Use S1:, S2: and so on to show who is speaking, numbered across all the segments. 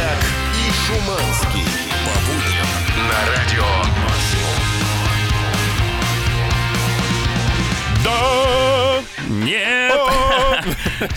S1: и Шуманский. По будням на радио
S2: Да!
S3: Нет!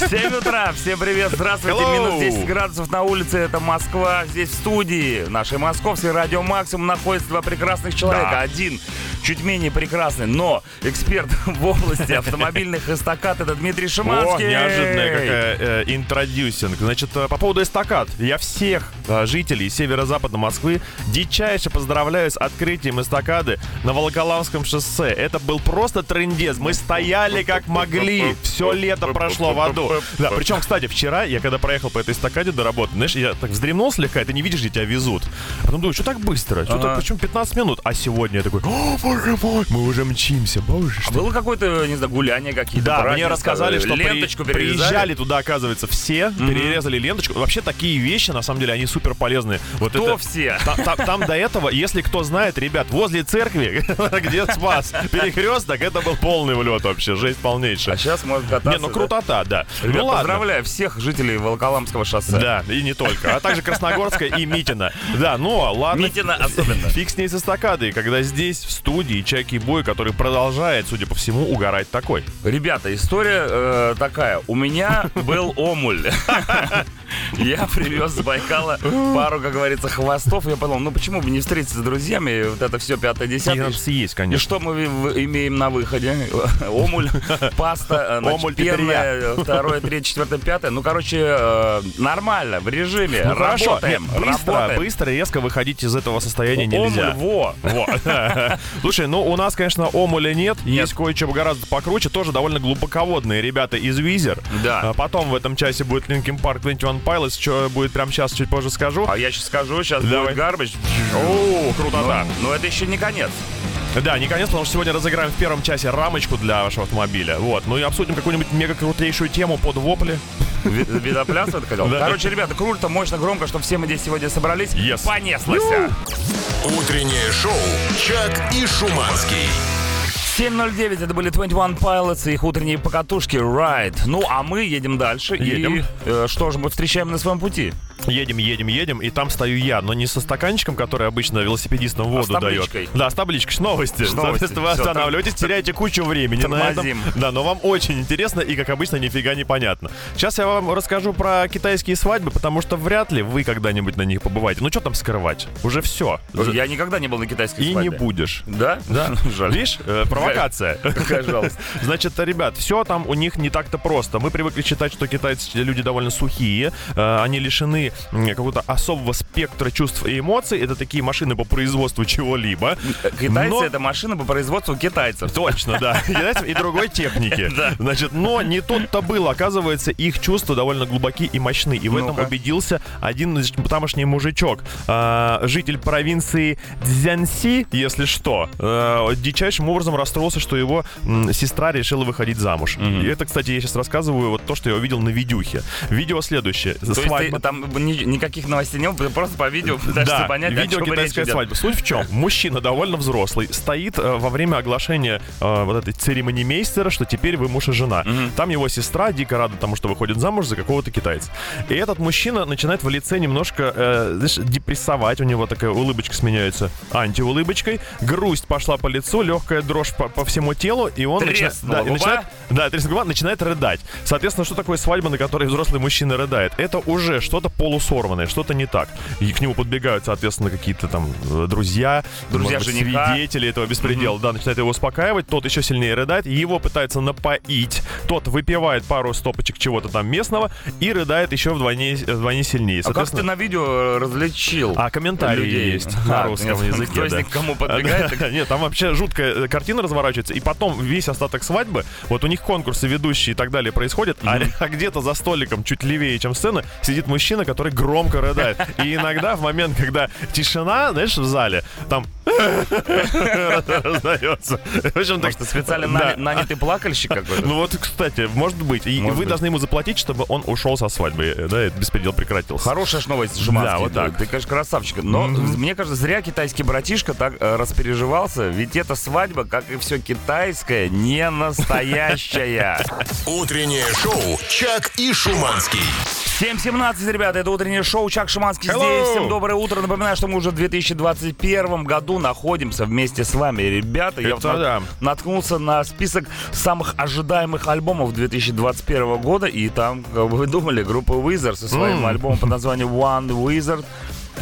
S3: 7 утра, всем привет, здравствуйте,
S2: Hello.
S3: минус 10 градусов на улице, это Москва, здесь в студии нашей московской радио Максимум находится два прекрасных человека,
S2: Да.
S3: один чуть менее прекрасный, но эксперт в области автомобильных эстакад, это Дмитрий
S2: О,
S3: Шиманский.
S2: неожиданная какая э, интродюсинг. Значит, э, по поводу эстакад. Я всех э, жителей северо-западной Москвы дичайше поздравляю с открытием эстакады на Волоколамском шоссе. Это был просто трендец. Мы стояли как могли. Все лето прошло в аду. Да, причем, кстати, вчера я когда проехал по этой эстакаде до работы, знаешь, я так вздремнул слегка, и ты не видишь, где тебя везут. А Потом думаю, что так быстро? Что
S3: Ага.
S2: так, почему 15 минут? А сегодня я такой, о, боже мой, мы уже мчимся, боже, что
S3: Было какое-то, не знаю, гуляние какие-то.
S2: да,
S3: праздники,
S2: мне рассказали, что при-
S3: ленточку перевязали.
S2: приезжали туда, оказывается, все, перерезали ленточку. Вообще такие вещи, на самом деле, они супер полезные. Вот
S3: Кто
S2: это-
S3: все?
S2: Та- та- Там, до этого, если кто знает, ребят, возле церкви, где спас перекресток, это был полный влет вообще, жесть полнейшая.
S3: А сейчас можно кататься.
S2: Не, ну
S3: да?
S2: крутота, да.
S3: Ребят,
S2: ну ладно.
S3: поздравляю всех жителей Волоколамского шоссе.
S2: Да, и не только. А также Красногорская и Митина. Да, ну ладно.
S3: Митина особенно.
S2: Фиг с ней с эстакадой, когда здесь, в студии, Чайки Бой, который продолжает, судя по всему, угорать такой.
S3: Ребята, история э, такая. У меня был омуль. Я привез с Байкала пару, как говорится, хвостов. Я подумал, ну почему бы не встретиться с друзьями? Вот это все
S2: И надо
S3: пятое-десятое.
S2: съесть,
S3: И
S2: конечно.
S3: что мы в- имеем на выходе? Омуль, паста, э, значит,
S2: Омуль
S3: первое, второе, третье, четвертое, пятое. Ну, короче, э, нормально, в режиме.
S2: Ну, хорошо.
S3: Работаем.
S2: Нет, быстро,
S3: работаем.
S2: быстро, резко выходить из этого состояния нельзя.
S3: Омуль, во.
S2: Во. Слушай, ну у нас, конечно, омуля нет.
S3: Нет.
S2: Есть кое-чего гораздо покруче. Тоже довольно глубоководные ребята из Визер.
S3: Да.
S2: А потом в этом часе будет Линкин Парк 21 Pilots. Что будет прямо сейчас, чуть позже скажу.
S3: А я сейчас скажу, сейчас
S2: Давай.
S3: будет гарбич.
S2: О, круто.
S3: Но это еще не конец.
S2: Да, не конец, потому что сегодня разыграем в первом часе рамочку для вашего автомобиля. Вот. Ну и обсудим какую-нибудь мега крутейшую тему под вопли.
S3: Ви- Видопляс вот хотел.
S2: Да.
S3: Короче, ребята, круто, мощно, громко, что все мы здесь сегодня собрались.
S2: Yes.
S3: Понеслось. а.
S1: Утреннее шоу «Чак и Шуманский».
S3: 7.09, это были 21 Pilots и их утренние покатушки Ride. Ну, а мы едем дальше. И
S2: Едем.
S3: э, что же мы встречаем на своем пути?
S2: Едем, едем, едем, и там стою я, но не со стаканчиком, который обычно велосипедистам воду дает.
S3: А табличкой.
S2: Да, с табличкой, с новости.
S3: С новости.
S2: Соответственно, вы
S3: Всё, там-
S2: останавливаетесь, теряете кучу времени на этом.
S3: Тормозим.
S2: Да, но вам очень интересно и, как обычно, нифига не понятно. Сейчас я вам расскажу про китайские свадьбы, потому что вряд ли вы когда-нибудь на них побываете. Ну что там скрывать? Уже все.
S3: Я никогда не был на китайской
S2: И не
S3: свадьбе.
S2: будешь.
S3: Да?
S2: Да,
S3: Ну, Жаль.
S2: Видишь, э, провокация.
S3: Какая жалость.
S2: Значит, ребят, все там у них не так-то просто. Мы привыкли считать, что китайцы люди довольно сухие, э, они лишены м, какого-то особого спектра чувств и эмоций. Это такие машины по производству чего-либо.
S3: Китайцы
S2: Но-
S3: это машина по производству китайцев.
S2: Точно, да. Китайцев и другой техники. Значит, но не тут-то было. Оказывается, их чувства довольно глубоки и мощны. И в этом
S3: Ну-ка.
S2: убедился один значит, тамошний мужичок, а, житель провинции Дзянси, если что, а, дичайшим образом расстроился, что его м, сестра решила выходить замуж. И это, кстати, я сейчас рассказываю вот то, что я увидел на видюхе. Видео следующее.
S3: То есть
S2: Свадьба.
S3: ты- там ни- никаких новостей не было, просто по видео
S2: Да,
S3: пытаешься понять, о
S2: видео
S3: чем речь А
S2: китайская
S3: идет.
S2: свадьба. Суть в чем? Мужчина довольно взрослый, стоит э, во время оглашения э, вот этой церемонии мейстера, что теперь вы муж и жена. Там его сестра дико рада тому, что выходит замуж за какого-то китайца. И этот мужчина начинает в лице немножко, э, знаешь, депрессовать. У него такая улыбочка сменяется антиулыбочкой. Грусть пошла по лицу, легкая дрожь по, по всему телу, и он начина-
S3: Треснула
S2: да, и
S3: губа.
S2: начинает да, трясет голова, начинает рыдать. Соответственно, что такое свадьба, на которой взрослый мужчина рыдает? Это уже что-то полусорванное, что-то не так. И к нему подбегают, соответственно, какие-то там э, друзья,
S3: Друзья
S2: может быть,
S3: жениха.
S2: свидетели этого беспредела. Да, начинает его успокаивать, тот еще сильнее рыдает, его пытаются напоить. Тот выпивает пару стопочек чего-то там местного и рыдает еще вдвойне, вдвойне сильнее.
S3: А как ты на видео различил?
S2: А комментарии
S3: людей?
S2: есть
S3: А,
S2: на русском
S3: понятно.
S2: языке.
S3: Кто из
S2: да.
S3: них к кому подбегает?
S2: Да, Нет, там вообще жуткая э, картина разворачивается. И потом весь остаток свадьбы, вот у них конкурсы ведущие и так далее происходят, а- а где-то за столиком, чуть левее, чем сцена, сидит мужчина, который громко рыдает. И иногда в момент, когда тишина, знаешь, в зале, там раздается. В общем, так-
S3: Может, ты специально
S2: Да.
S3: на- нанятый плакальщик какой-то?
S2: Ну вот, кстати, может быть. И и
S3: Может
S2: вы
S3: быть.
S2: должны ему заплатить, чтобы он ушел со свадьбы. э, Да, этот беспредел прекратился.
S3: Хорошая ж новость, Жиманский.
S2: Да, вот так.
S3: Ты, конечно, красавчик. Но мне кажется, зря китайский братишка так э, распереживался, ведь эта свадьба, как и все китайское, не настоящая.
S1: Утреннее шоу «Чак и Шуманский».
S3: 7.17, ребята, это утреннее шоу Чак Шуманский
S2: Hello.
S3: здесь. Всем доброе утро. Напоминаю, что мы уже в 2021 году находимся вместе с вами. Ребята, я
S2: Это
S3: вот нат-
S2: да.
S3: наткнулся на список самых ожидаемых альбомов 2021 года. И там, как бы вы думали, группа Wizard со своим
S2: М.
S3: альбомом под названием One Wizard,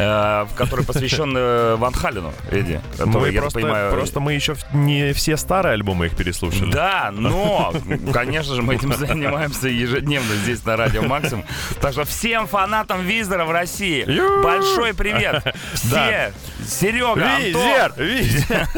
S3: э, в который посвящен э, Ван Халину, Эдди. который,
S2: Мы
S3: я так
S2: просто,
S3: понимаю,
S2: просто мы еще в- не все старые альбомы их переслушали.
S3: да, но, конечно же, мы этим занимаемся ежедневно здесь на Радио Максимум. Так что всем фанатам Визера в России
S2: Ю!
S3: большой привет.
S2: Да.
S3: Все. Серега,
S2: Визер!
S3: Антон.
S2: Визер!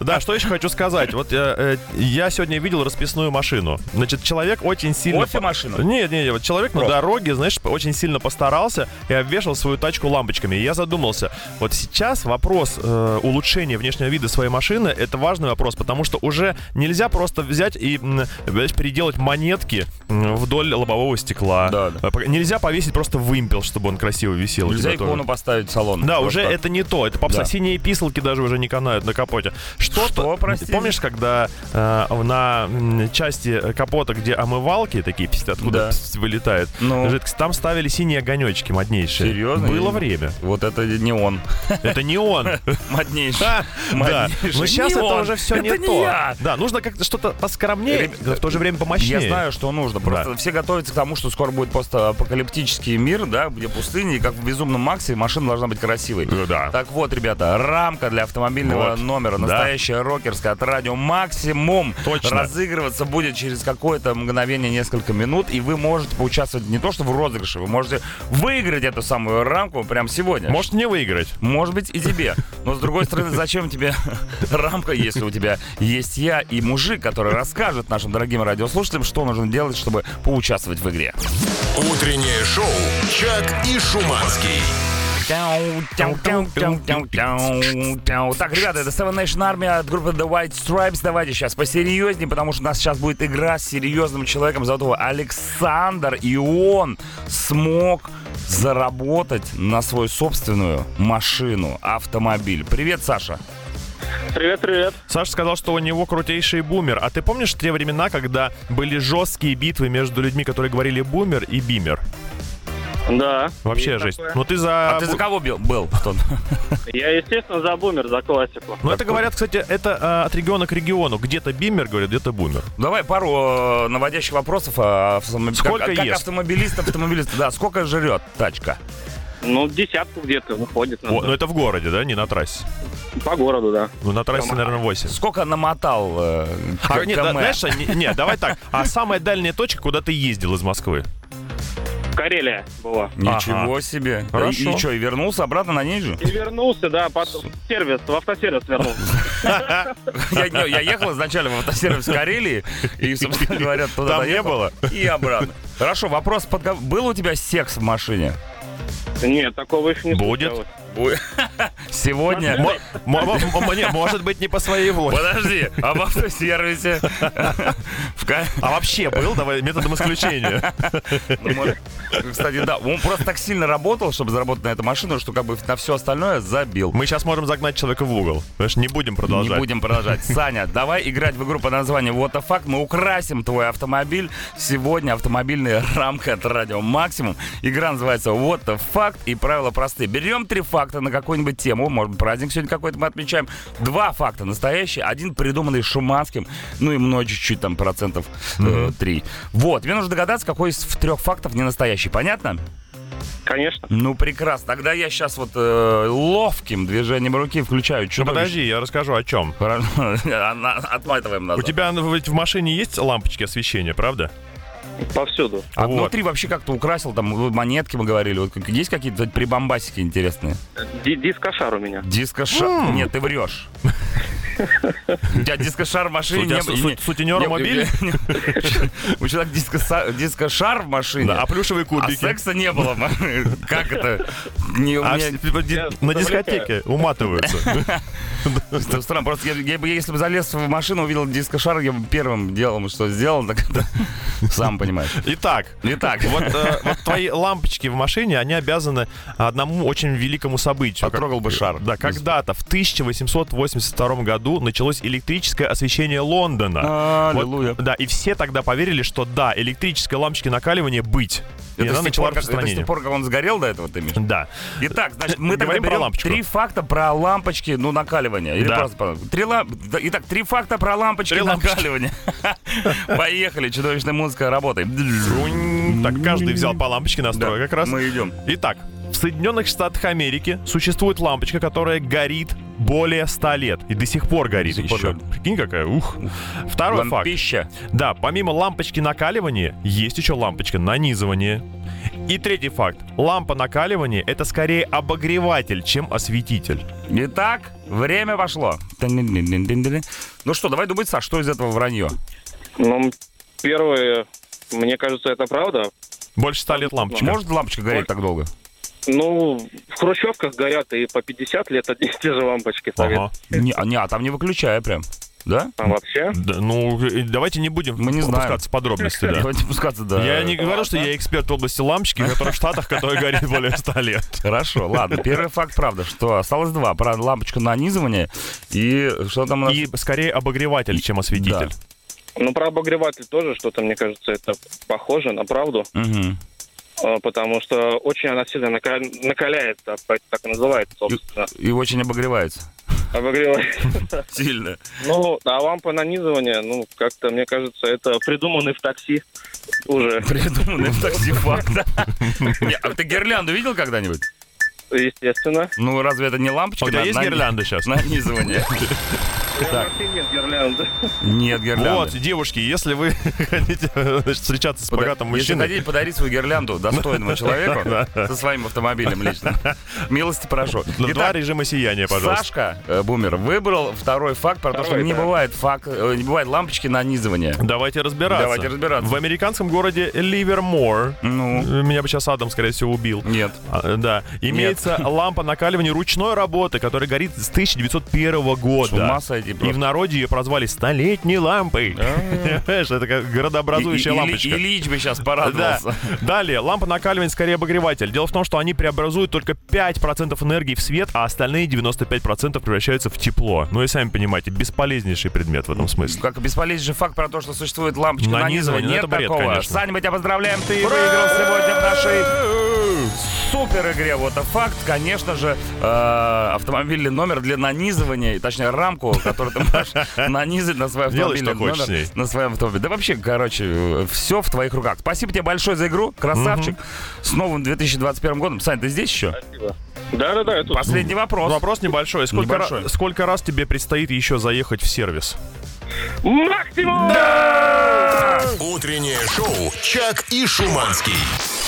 S2: Да, что еще хочу сказать. Вот э, э, я сегодня видел расписную машину. Значит, человек очень сильно...
S3: Кофемашину?
S2: Нет, нет, вот человек на
S3: Просто.
S2: дороге, знаешь, очень сильно постарался и обвешал свою тачку лампочками. И я задумался, вот сейчас вопрос э, улучшения внешнего вида своей машины, это важный вопрос, потому что уже нельзя просто взять и м, знаешь, переделать монетки м, вдоль лобового стекла.
S3: Да, да.
S2: Э, пока- Нельзя повесить просто вымпел, чтобы он красиво висел. у
S3: Нельзя
S2: тебя тоже.
S3: икону поставить в салон.
S2: Да,
S3: Вот
S2: уже
S3: так.
S2: это не то, это попса.
S3: Да.
S2: Синие писалки даже уже не канают на капоте. Что,
S3: Что,
S2: то-
S3: простите?
S2: Помнишь, когда э, на м, части э, капота, где омывалки такие, пс, откуда
S3: Да.
S2: пс, вылетает
S3: Ну.
S2: жидкость, там ставили синие огонечки моднейшие.
S3: Серьезно?
S2: Было
S3: И-
S2: время.
S3: Вот это не он.
S2: Это не он.
S3: Моднейший.
S2: Да, да.
S3: Моднейший.
S2: Но сейчас
S3: Не
S2: это
S3: он.
S2: уже все
S3: Это
S2: не
S3: не
S2: то.
S3: я.
S2: Да, нужно как-то что-то поскромнее,
S3: Ребят,
S2: но в то же время
S3: Я
S2: помощнее.
S3: знаю, что нужно. Просто все готовятся к тому, что скоро будет просто апокалиптический мир, да, где пустыни, и как в безумном Максе машина должна быть красивой.
S2: Э, Да.
S3: Так вот, ребята, рамка для автомобильного
S2: Вот.
S3: номера,
S2: Да.
S3: настоящая рокерская от радио Максимум.
S2: Точно.
S3: Разыгрываться будет через какое-то мгновение, несколько минут, и вы можете поучаствовать не то что в розыгрыше, вы можете выиграть эту самую рамку прямо сегодня.
S2: Может мне выиграть?
S3: Может быть и тебе. Но с другой стороны, зачем тебе рамка, если у тебя есть я и мужик, который расскажет нашим дорогим радиослушателям, что нужно делать, чтобы поучаствовать в игре.
S1: Утреннее шоу Чак и Шуманский.
S3: Тяу, тяу, тяу, тяу, тяу, тяу, тяу. Так, ребята, это Seven Nation Army от группы The White Stripes. Давайте сейчас посерьезнее, потому что у нас сейчас будет игра с серьезным человеком золотого Александр, и он смог заработать на свою собственную машину, автомобиль. Привет, Саша.
S4: Привет, привет.
S2: Саша сказал, что у него крутейший бумер. А ты помнишь те времена, когда были жесткие битвы между людьми, которые говорили бумер и бимер?
S4: Да.
S2: Вообще
S4: Есть
S2: жесть.
S4: такое.
S2: Ну ты за...
S3: А ты за кого бил- был? в тот-
S4: Я, естественно, за бумер, за классику.
S2: Ну это говорят, кстати, это э, от региона к региону. Где-то бимер, говорят, где-то бумер.
S3: Давай пару э, наводящих вопросов. э, автомоб- как-
S2: Сколько
S3: как,
S2: ест?
S3: автомобилист, автомобилист, да, сколько жрет тачка?
S4: Ну, десятку где-то выходит.
S2: О,
S4: надо.
S2: но ну это в городе, да, не на трассе.
S4: По городу, да.
S2: Ну на трассе, наверное, 8.
S3: Сколько намотал э,
S2: А,
S3: к-
S2: нет, да,
S3: км?
S2: знаешь, что, не- нет, давай так. А самая дальняя точка, куда ты ездил из Москвы?
S4: Карелия была.
S3: Ничего себе.
S2: Хорошо.
S3: И, и что, и вернулся обратно на ней же?
S4: И вернулся, да, под в сервис, в автосервис вернулся.
S3: Я, не- я ехал изначально в автосервис Карелии, и, собственно говоря, туда
S2: Там не
S3: доехал,
S2: было.
S3: И обратно. Хорошо, вопрос. подго- Был у тебя секс в машине?
S4: Нет, такого еще не
S2: Будет.
S4: случалось.
S3: Сегодня...
S2: Мо- мо- мо- мо- не, Может быть, не по своей воле.
S3: Подожди, а в автосервисе? В Ка-
S2: А вообще был, давай, методом исключения.
S3: Ну, может, Кстати, да, он просто так сильно работал, чтобы заработать на эту машину, что как бы на все остальное забил.
S2: Мы сейчас можем загнать человека в угол. Знаешь, не будем
S3: Не
S2: продолжать.
S3: будем продолжать. Саня, давай играть в игру под названием What the Fuck. Мы украсим твой автомобиль. Сегодня автомобильная рамка от Радио Максимум. Игра называется What the Fuck. И правила простые. Берем три факта на какую-нибудь тему. Может, быть, праздник сегодня какой-то мы отмечаем. Два факта настоящие. Один придуманный Шуманским. Ну и мной чуть-чуть там процентов э, три. Вот. Мне нужно догадаться, какой из трех фактов не настоящий. Понятно?
S4: Конечно.
S3: Ну, прекрасно. Тогда я сейчас вот э, ловким движением руки включаю
S2: Ну
S3: чудовищ-
S2: подожди, я расскажу о чем.
S3: Хорошо, Она- отматываем
S2: У
S3: назад.
S2: тебя ну, ведь в машине есть лампочки освещения, правда?
S4: Повсюду.
S3: А
S2: Вот.
S3: внутри вообще как-то украсил, там вот монетки мы говорили, вот как- есть какие-то прибамбасики интересные?
S4: Ди- Дискошар у меня.
S3: Дискошар? Нет, ты врешь. У тебя дискошар в
S2: У
S3: машине
S2: тебя
S3: не
S2: су-
S3: было.
S2: су- сутенер мобиль?
S3: У человека дискоса- дискошар в машине,
S2: Да, а плюшевые
S3: а
S2: кубики.
S3: секса не было. Как это? Не, у
S2: А
S3: меня-
S2: вс- типа, ди-
S4: Я
S2: на
S4: завлекаю.
S2: дискотеке уматываются.
S3: Это странно, просто я, я бы, если бы залез в машину, увидел дискошар, я бы первым делом, что сделал, так это... Сам понимаешь.
S2: Итак,
S3: Итак,
S2: вот, э, вот твои лампочки в машине, они обязаны одному очень великому событию.
S3: Потрогал бы шар.
S2: Да, когда-то в 1882 году началось электрическое освещение Лондона. Вот,
S3: а, Аллилуйя.
S2: да, и все тогда поверили, что да, электрической лампочки накаливания быть. И
S3: Это с
S2: она
S3: тех
S2: начала
S3: пор, как- это с
S2: распространение.
S3: тех пор, как он сгорел до этого, ты имеешь?
S2: Да.
S3: Итак, значит, мы тогда
S2: Говорим про
S3: берем
S2: лампочку.
S3: три факта про лампочки, ну, накаливания. Или
S2: Да.
S3: просто про- три лам- да, Итак, три факта про лампочки
S2: Три лампочки.
S3: накаливания. Поехали, чудовищная музыка, работай.
S2: Ну, Так, каждый взял по лампочке настроя
S3: Да,
S2: как раз.
S3: Мы идем.
S2: Итак, в Соединенных Штатах Америки существует лампочка, которая горит более 100 лет. И до сих пор горит
S3: До сих
S2: еще.
S3: пор горит.
S2: Прикинь, какая, ух. Второй факт.
S3: Лампища.
S2: Да, помимо лампочки накаливания, есть еще лампочка нанизывания. И третий факт. Лампа накаливания — это скорее обогреватель, чем осветитель.
S3: Итак, время пошло. Тын-дын-дын-дын-дын-дын. Ну что, давай думать, Саш, что из этого вранье?
S4: Ну, первое, мне кажется, это правда.
S2: Больше ста лет лампочка.
S3: Может лампочка гореть так долго?
S4: Ну, в хрущевках горят и по 50 лет одни и те же лампочки. ставят.
S2: Ага.
S3: Не, а, не, а там не выключая прям. Да?
S4: А вообще?
S2: Да, ну, э, давайте не будем
S3: Мы не знаем.
S2: опускаться в подробности. да.
S3: Давайте пускаться, да.
S2: Я не говорю, что я эксперт в области лампочки, которая в Штатах, которая горит более 100 лет.
S3: Хорошо, ладно. Первый факт, правда, что осталось два. Про лампочку нанизывания и что там у нас...
S2: И скорее обогреватель, чем осветитель.
S4: Ну, про обогреватель тоже что-то, мне кажется, это похоже на правду.
S3: Мгм.
S4: э, Потому что очень она сильно накаля- накаляется, поэтому так и называется, собственно.
S3: И очень обогревается.
S4: Обогреватель.
S3: Сильно.
S4: Ну, а лампа нанизывания, ну, как-то, мне кажется, это придуманный в такси уже,
S3: Придуманный в такси факт. да. Не, А ты гирлянду видел когда-нибудь?
S4: естественно.
S3: Ну, разве это не лампочка?
S2: А У тебя
S3: на-
S2: есть
S3: на-
S2: гирлянда сейчас?
S3: Нанизывание. Так.
S4: Вообще нет гирлянды.
S3: Нет гирлянды.
S2: Вот, девушки, если вы хотите значит, встречаться с
S3: Пода-
S2: богатым
S3: Если
S2: мужчиной,
S3: хотите подарить свою гирлянду достойному человеку со своим автомобилем лично, милости прошу.
S2: на два
S3: Итак,
S2: режима сияния, пожалуйста.
S3: Сашка э, Бумер выбрал второй факт про то, что
S4: Второй,
S3: не
S4: да.
S3: бывает фак- э, не бывает лампочки нанизывания.
S2: Давайте разбираться.
S3: Давайте разбираться.
S2: В американском городе Ливермор,
S3: Ну,
S2: э, меня бы сейчас Адам, скорее всего, убил.
S3: нет.
S2: А, э, Да, имеется лампа накаливания ручной работы, которая горит с 1901 года.
S3: С ума сойти
S2: И в
S3: просто.
S2: народе ее прозвали «столетней лампой». Понимаешь, это как городообразующая
S3: И- и-
S2: лампочка.
S3: И Ильич бы сейчас
S2: Да.
S3: порадовался.
S2: Далее, лампа накаливания скорее обогреватель. Дело в том, что они преобразуют только 5% энергии в свет, а остальные 95% превращаются в тепло. Ну и сами понимаете, бесполезнейший предмет в этом смысле.
S3: Как бесполезный факт про то, что существует лампочка нанизывания.
S2: Нанизывание, ну,
S3: Нет
S2: это бред,
S3: такого.
S2: конечно.
S3: Сань, мы тебя поздравляем. Ты выиграл сегодня в нашей супер игре. Вот это факт. Конечно же, э, автомобильный номер для нанизывания, и, точнее, рамку, которую ты можешь нанизать на свой
S2: Делай,
S3: автомобильный
S2: что хочешь
S3: номер,
S2: с ней.
S3: На своем автомобиле. Да вообще, короче, все в твоих руках. Спасибо тебе большое за игру. Красавчик. С новым 2021 годом. Сань, ты здесь
S2: Э,
S3: еще?
S4: Да-да-да, это
S3: Последний
S2: ну,
S3: вопрос.
S2: Вопрос небольшой. Сколько, ра-
S3: Небольшой.
S2: сколько раз тебе предстоит еще заехать в сервис?
S4: максимум!
S1: Утреннее шоу «Чак и Шуманский».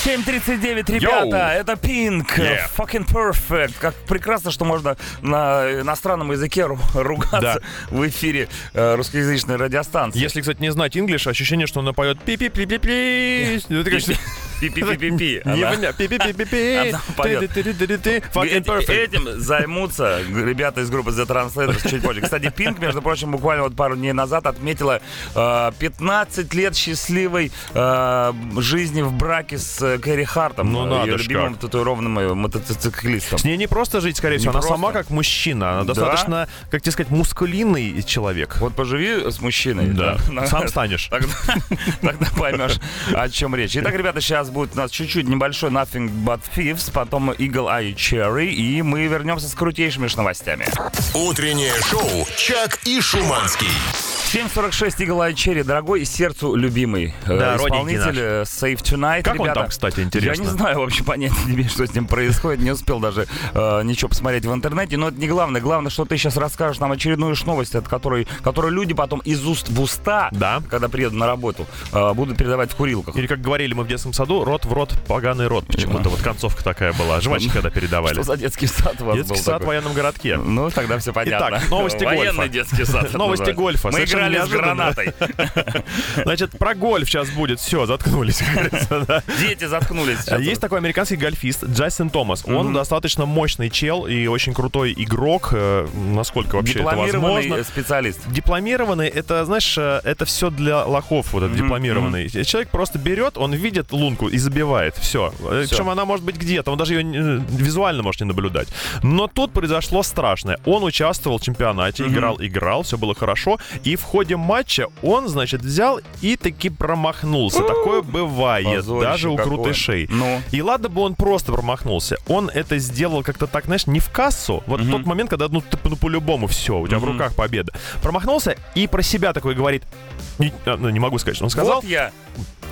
S3: 7.39, ребята, это Pink,
S2: Yeah.
S3: fucking perfect. Как прекрасно, что можно на иностранном языке ру- ругаться в эфире э, русскоязычной радиостанции.
S2: Если, кстати, не знать инглиш, ощущение, что она поет пи пи пи пи пи Это, конечно,
S3: Пи-пи-пи-пи-пи.
S2: не
S3: Она-
S2: поня- пи-пи-пи-пи-пи.
S3: Она поёт.
S2: Ты-ты-ты-ты-ты-ты. Fucking
S3: Эти-
S2: perfect.
S3: Этим займутся ребята из группы The Translators чуть позже. Кстати, Пинк, между прочим, буквально вот пару дней назад отметила э, 15 лет счастливой э, жизни в браке с э, Кэрри Хартом,
S2: Ну
S3: э,
S2: надо
S3: её
S2: ж
S3: любимым
S2: как.
S3: татуированным э, мотоциклистом.
S2: С ней не просто жить, скорее
S3: Не
S2: всего, она
S3: просто.
S2: сама как мужчина, она
S3: Да.
S2: достаточно, как тебе сказать, мускулинный человек.
S3: Вот поживи с мужчиной.
S2: Да.
S3: на-
S2: Сам станешь.
S3: Тогда, тогда поймешь, о чем речь. Итак, ребята, сейчас будет у нас чуть-чуть небольшой Nothing But Thieves, потом Eagle Eye Cherry, и мы вернемся с крутейшими ж новостями.
S1: Утреннее шоу «Чак и Шуманский».
S3: 7.46 Eagle Eye Cherry, дорогой и сердцу любимый э,
S2: Да, родненький
S3: исполнитель э, Save Tonight.
S2: Как он
S3: ребята.
S2: там, кстати, интересно?
S3: Я не знаю вообще понятия не имею, что с ним происходит. Не успел даже э, ничего посмотреть в интернете. Но это не главное. Главное, что ты сейчас расскажешь нам очередную ж новость, от которой, которую люди потом из уст в уста,
S2: Да.
S3: когда приедут на работу, э, будут передавать в курилках.
S2: Или, как говорили мы в детском саду, рот в рот, поганый рот. Почему-то вот концовка такая была. Жвачки когда передавали.
S3: Что за детский сад у вас
S2: Детский
S3: был
S2: сад в
S3: такой?
S2: военном городке.
S3: Ну, тогда все понятно.
S2: Итак, новости
S3: Военный
S2: гольфа.
S3: детский сад. это
S2: Новости
S3: называется.
S2: гольфа.
S3: Мы играли
S2: Совершенно
S3: с
S2: неожиданно.
S3: гранатой.
S2: Значит, про гольф сейчас будет. Все, заткнулись. как говорится, да.
S3: Дети заткнулись. сейчас.
S2: Есть такой американский гольфист Джастин Томас. Он
S3: Мгм.
S2: достаточно мощный чел и очень крутой игрок. э, Насколько вообще это возможно?
S3: Дипломированный специалист.
S2: Дипломированный, это, знаешь, э, это все для лохов, вот этот
S3: Мгм,
S2: дипломированный. Э, Человек просто берет, он видит лунку и забивает. Все.
S3: Всё.
S2: Причем она может быть где-то, он даже ее визуально может не наблюдать. Но тут произошло страшное. Он участвовал в чемпионате, играл, играл, все было хорошо. И в ходе матча он, значит, взял и таки промахнулся. Такое бывает,
S3: Позорище
S2: даже у
S3: какое.
S2: крутышей.
S3: Ну.
S2: И ладно бы он просто промахнулся. Он это сделал как-то так, знаешь, не в кассу. Вот тот момент, когда, ну, ты, ну, по-любому все, у тебя в
S3: Мгм.
S2: руках победа. Промахнулся и про себя такой говорит. «Не- а, ну, не могу сказать, что он сказал.
S3: Вот я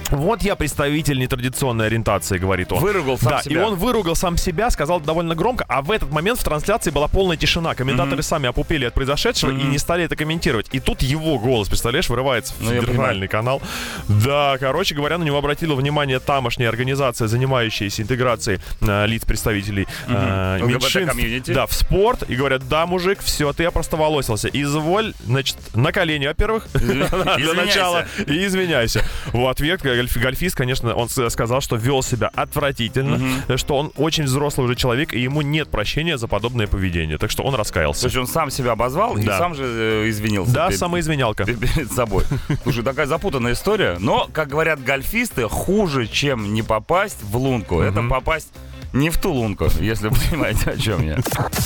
S2: Вот, я представитель нетрадиционной ориентации, говорит он.
S3: выругал сам
S2: да,
S3: себя.
S2: и он выругал сам себя, сказал довольно громко, а в этот момент в трансляции была полная тишина. Комментаторы сами опупели от произошедшего и
S3: Мгм.
S2: не стали это комментировать. И тут его голос, представляешь, вырывается в
S3: Ну, я
S2: федеральный канал. Да, короче говоря, на него обратила внимание тамошняя организация, занимающаяся интеграцией э, лиц представителей э,
S3: Мгм.
S2: меньшинств.
S3: LGBT-комьюнити.
S2: Да, в спорт. И говорят, да, мужик, все, ты опростоволосился. Изволь, значит, на колени, во-первых, для
S3: Извиняйся.
S2: начала. И извиняйся. В ответ гольф- гольфист, конечно, он с- сказал, что вел себя отвратительно, что он очень взрослый уже человек, и ему нет прощения за подобное поведение. Так что он раскаялся.
S3: Слушай, он сам себя обозвал и
S2: Да.
S3: сам же э, извинился.
S2: Да,
S3: перед-
S2: самоизменялка.
S3: перед- перед собой. Слушай, такая запутанная история. Но, как говорят гольфисты, хуже, чем не попасть в лунку. Это попасть не в ту лунку, если вы понимаете, о чем я.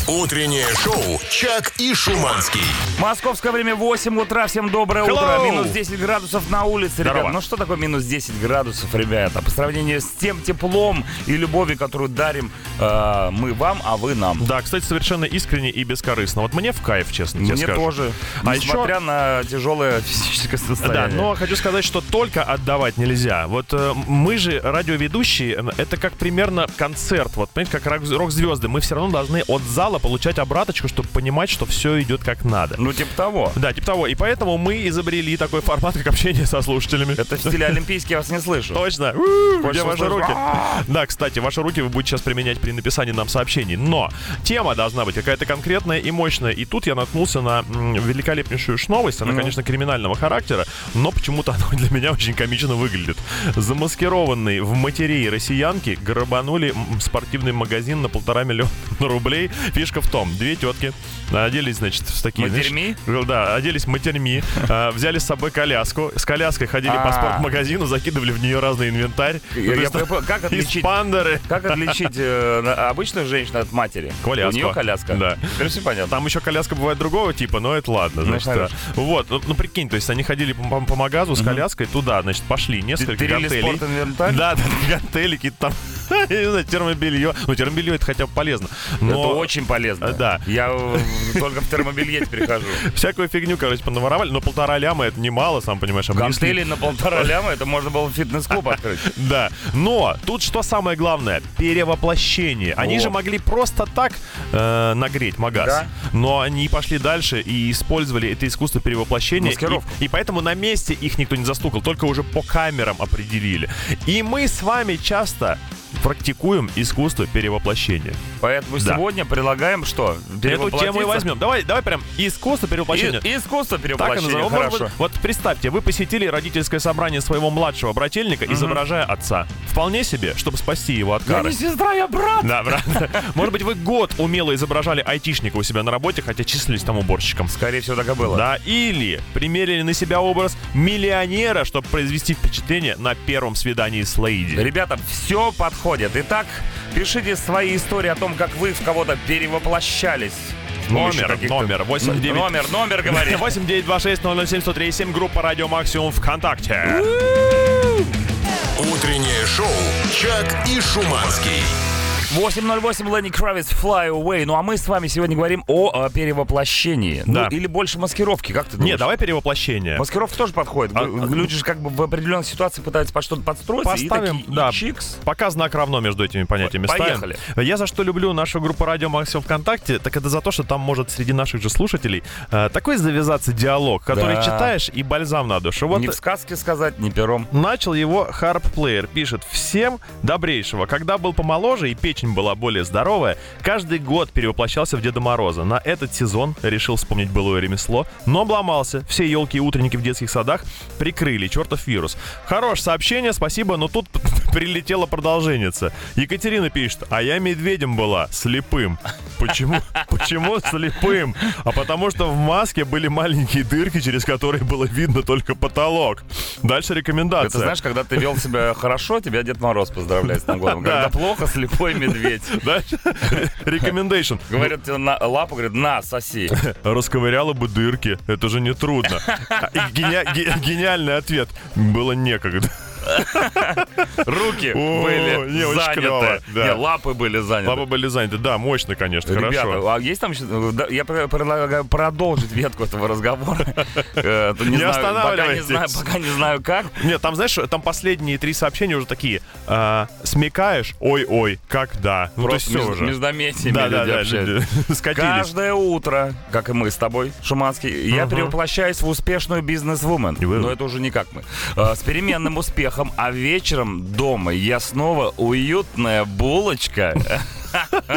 S1: Утреннее шоу «Чак и Шуманский».
S3: Московское время 8 утра. Всем доброе утро.
S2: Hello.
S3: Минус 10 градусов на улице, ребят.
S2: Здорово.
S3: Ну что такое минус 10 градусов, ребята? По сравнению с тем теплом и любовью, которую дарим э, мы вам, а вы нам.
S2: Да, кстати, совершенно искренне и бескорыстно. Вот мне в кайф, честно тебе
S3: Мне
S2: скажу.
S3: тоже.
S2: А
S3: несмотря на тяжелое физическое
S2: Да,
S3: состояние.
S2: но хочу сказать, что только отдавать нельзя. Вот э, мы же, радиоведущие, э, это как примерно концерт. Вот, понимаете, как рок- рок-звезды. Мы все равно должны от зала получать обраточку, чтобы понимать, что все идет как надо.
S3: Ну, типа того.
S2: Да, типа того. И поэтому мы изобрели такой формат, как общение со слушателями.
S3: Это в стиле олимпийский, я вас не слышу.
S2: Точно. У, Где
S3: Хочется «А,
S2: ваши
S3: услышать.
S2: руки? Да, кстати, ваши руки вы будете сейчас применять при написании нам сообщений. Но тема должна быть какая-то конкретная и мощная. И тут я наткнулся на м, великолепнейшую ж новость. Она,
S3: Ну.
S2: конечно, криминального характера, но почему-то она для меня очень комично выглядит. Замаскированные в матерей россиянки грабанули м, спортивный магазин на полтора миллиона рублей. Фишка в том, две тетки оделись, значит, в такие... знаешь,
S3: Матерьми?
S2: да, оделись матерьми, э, взяли с собой коляску. С коляской ходили по
S3: А.
S2: спортмагазину, закидывали в нее разный инвентарь.
S3: Я-
S2: Ну,
S3: я
S2: то есть,
S3: понимаю, как отличить-
S2: Испандеры.
S3: Как отличить э, на- обычную женщину от матери?
S2: Коляска.
S3: У нее коляска.
S2: Да.
S3: Теперь все понятно.
S2: Там еще коляска бывает другого типа, но это ладно. Значит,
S3: Ну, хорошо.
S2: да. вот, ну, ну, прикинь, то есть они ходили по, по- по магазу с коляской туда, значит, пошли несколько
S3: Тырили
S2: гантелей.
S3: спортинвентарь?
S2: Да, да, гантели какие-то там, я не знаю, термобелье. Ну, термобелье это хотя бы полезно. Но...
S3: Это очень полезно.
S2: Э, да.
S3: Я э, только в термобелье теперь хожу.
S2: Всякую фигню, короче, понаворовали, но полтора ляма это немало, сам понимаешь, обнесли.
S3: Гантели на полтора ляма, это можно было в фитнес-клуб открыть.
S2: Да, но тут что самое главное? Перевоплощение. Они
S3: О.
S2: же могли просто так э, нагреть магаз.
S3: Да.
S2: Но они пошли дальше и использовали это искусство перевоплощения.
S3: Маскировку.
S2: И, и поэтому на месте их никто не застукал, только уже по камерам определили. И мы с вами часто практикуем искусство перевоплощения.
S3: Поэтому
S2: Да.
S3: сегодня предлагаем что?
S2: Эту
S3: Перевоплотиться?
S2: тему и возьмем. Давай, давай прям искусство перевоплощения.
S3: И- Искусство
S2: Так и
S3: перевоплощения,
S2: назовем. Может
S3: хорошо.
S2: быть, Вот представьте, вы посетили родительское собрание своего младшего брательника, изображая отца. Вполне себе, чтобы спасти его от кары.
S3: сестра, я брат!
S2: Да, брат. Может быть, вы год умело изображали айтишника у себя на работе, хотя числились там уборщиком.
S3: Скорее всего, так и было.
S2: Да, или примерили на себя образ миллионера, чтобы произвести впечатление на первом свидании с лейди.
S3: Ребята, все подходит. Итак, пишите свои истории о том, как вы в кого-то перевоплощались. С помощью
S2: Номер,
S3: каких-то-
S2: номер, 89.
S3: Номер, номер, говорит.
S2: 8926 группа Радио Максимум ВКонтакте.
S1: Утреннее шоу «Чак и Шуманский».
S3: 808 Ленни Кравец Fly Away. Ну а мы с вами сегодня говорим о, э, перевоплощении.
S2: Да.
S3: Ну, или больше маскировки, как ты думаешь?
S2: Не, давай перевоплощение.
S3: Маскировка тоже подходит.
S2: А-
S3: Люди же как бы в определенной ситуации пытаются под что-то подстроиться. и
S2: Поставим,
S3: такие, и
S2: да.
S3: чикс.
S2: Пока знак равно между этими понятиями
S3: Поехали.
S2: ставим. Я за что люблю нашу группу Радио Максимум ВКонтакте, так это за то, что там может среди наших же слушателей э, такой завязаться диалог, который
S3: Да.
S2: читаешь и бальзам на душу. Вот
S3: не в сказке сказать, не пером.
S2: начал его Харп Плеер. Пишет, всем добрейшего. Когда был помоложе и печень была более здоровая, каждый год перевоплощался в Деда Мороза. На этот сезон решил вспомнить былое ремесло, но обломался. Все елки и утренники в детских садах прикрыли чертов вирус. Хорош сообщение, спасибо, но тут прилетела продолженница. Екатерина пишет, а я медведем была, слепым. Почему? Почему слепым? А потому что в маске были маленькие дырки, через которые было видно только потолок. Дальше рекомендация.
S3: Это знаешь, когда ты вел себя хорошо, тебя Дед Мороз поздравляет с Новым годом.
S2: Да.
S3: Когда плохо, слепой медведь.
S2: Дальше рекомендейшн.
S3: Говорят тебе на лапу, говорит, на, соси.
S2: Расковыряла бы дырки, это же не трудно. А, И гения- ге- гениальный ответ. Было некогда.
S3: Руки
S2: О, не,
S3: были
S2: очень клёво,
S3: заняты.
S2: да.
S3: Не, лапы были заняты.
S2: Лапы были заняты. Да, мощно, конечно, хорошо.
S3: Ребята, а есть там еще... да, Я пр- предлагаю продолжить ветку этого разговора. Э, то знаю, пока
S2: Не
S3: не
S2: останавливайтесь. Ну,
S3: знаю, Пока не знаю как.
S2: Нет, там, знаешь, там последние три сообщения уже такие. а, смекаешь? Ой-ой, когда? Ну, то есть
S3: Просто
S2: все
S3: между-
S2: уже.
S3: междометиями
S2: Да, да,
S3: люди
S2: да,
S3: общаются.
S2: люди скатились.
S3: Каждое утро, как и мы с тобой, Шуманский, я
S2: Мгм.
S3: перевоплощаюсь в успешную бизнес-вумен.
S2: И вы-
S3: Но это уже не как мы. Э, С переменным успехом, а вечером дома я снова уютная булочка.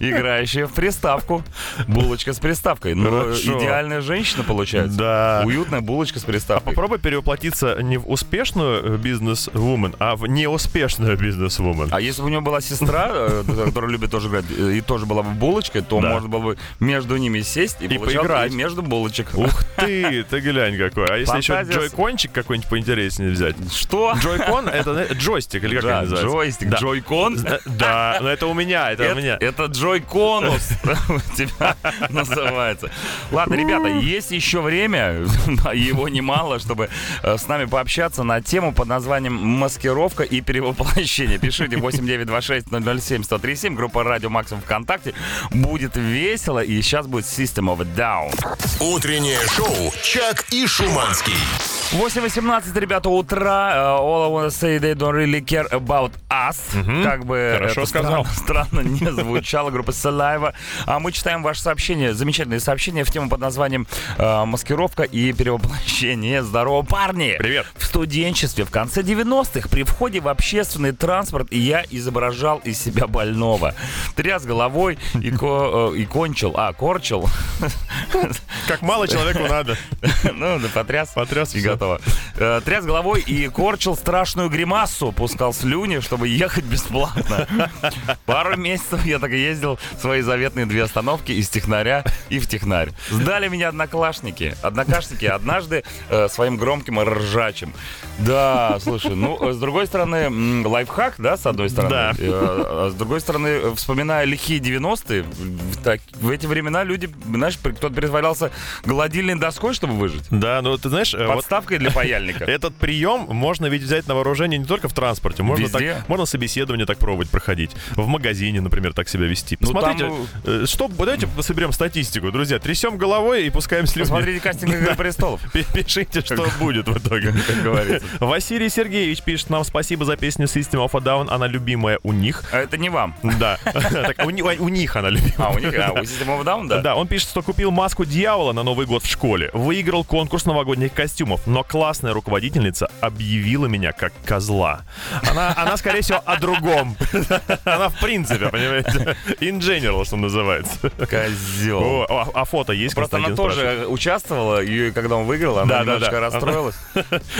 S3: Играющая в приставку. Булочка с приставкой. Ну,
S2: Хорошо.
S3: идеальная женщина получается.
S2: Да. А
S3: Уютная булочка с приставкой.
S2: Попробуй перевоплотиться не в успешную э, бизнес-вумен, а в неуспешную бизнес-вумен.
S3: А если бы у него была сестра, э, которая любит тоже играть, э, и тоже была бы булочкой, то
S2: Да.
S3: можно было бы между ними сесть и, получал-
S2: поиграть.
S3: и между булочек.
S2: Ух ты, ты глянь какой. А если еще
S3: Фантазия с-
S2: джойкончик какой-нибудь поинтереснее взять?
S3: Что?
S2: Джойкон — это знаете, джойстик, или как
S3: Да,
S2: это называется?
S3: джойстик,
S2: Да.
S3: джойкон.
S2: Э, Да, но это у меня, это у меня.
S3: Это, это Джой Конус у тебя называется. Ладно, ребята, есть еще время, а его немало, чтобы э, с нами пообщаться на тему под названием «Маскировка и перевоплощение». Пишите 8926-007-1037, группа «Радио Максим» ВКонтакте. Будет весело, и сейчас будет «System of a Down».
S1: Утреннее шоу «Чак и Шуманский».
S3: 8.18, ребята, утра. Э, All I wanna say they don't really care about us. Как бы
S2: Хорошо
S3: это
S2: сказал.
S3: Странно, странно не звучало. Группа Салаева. А мы читаем ваши сообщения. Замечательные сообщения в тему под названием э, «Маскировка и перевоплощение». Здорово, парни!
S2: Привет.
S3: В студенчестве в конце 90-х при входе в общественный транспорт я изображал из себя больного. Тряс головой и, ко- э, и кончил. А, корчил.
S2: Как мало человеку надо.
S3: Ну, да потряс.
S2: Потряс,
S3: И
S2: всё.
S3: готово. Э, Тряс головой и корчил страшную гримасу, пускал слюни, чтобы ехать бесплатно. Пару месяцев я так и ездил свои заветные две остановки из технаря и в технарь. Сдали меня одноклассники. Однокашники однажды э, своим громким ржачем. Да, слушай, ну, э, с другой стороны, м, лайфхак, да, с одной стороны.
S2: Да.
S3: Э, а С другой стороны, э, вспоминая лихие 90-е, в, так- в эти времена люди, знаешь, при- кто-то притворялся голодильной доской, чтобы выжить.
S2: Да, ну ты знаешь, э, вот
S3: Подставкой для паяльника.
S2: этот прием можно ведь взять на вооружение не только в транспорте, можно
S3: Везде.
S2: так, можно собеседование так пробовать проходить, в магазине, например, так себя вести.
S3: Ну,
S2: Посмотрите,
S3: там,
S2: э, что, давайте соберем статистику, друзья, трясем головой и пускаем слюни.
S3: Посмотрите кастинг «Игры престолов».
S2: Пи- Пишите, что будет в итоге.
S3: Как говорится.
S2: Василий Сергеевич пишет нам спасибо за песню System of a Down, она любимая у них.
S3: А Это не вам.
S2: Да, Так, у ни- у них она любимая.
S3: А, у них, а, у System of a Down, да?
S2: Да, он пишет, что купил маску дьявола на Новый год в школе, выиграл конкурс новогодних костюмов, но классная руководительница объявила меня как козла. Она, она скорее всего, о другом. Она в принципе, понимаете, in general, что называется.
S3: Козел.
S2: О, а, а фото есть?
S3: Просто она
S2: Константин спрашивает?
S3: тоже участвовала, и когда он выиграл, она
S2: Да, да,
S3: немножко
S2: да.
S3: расстроилась.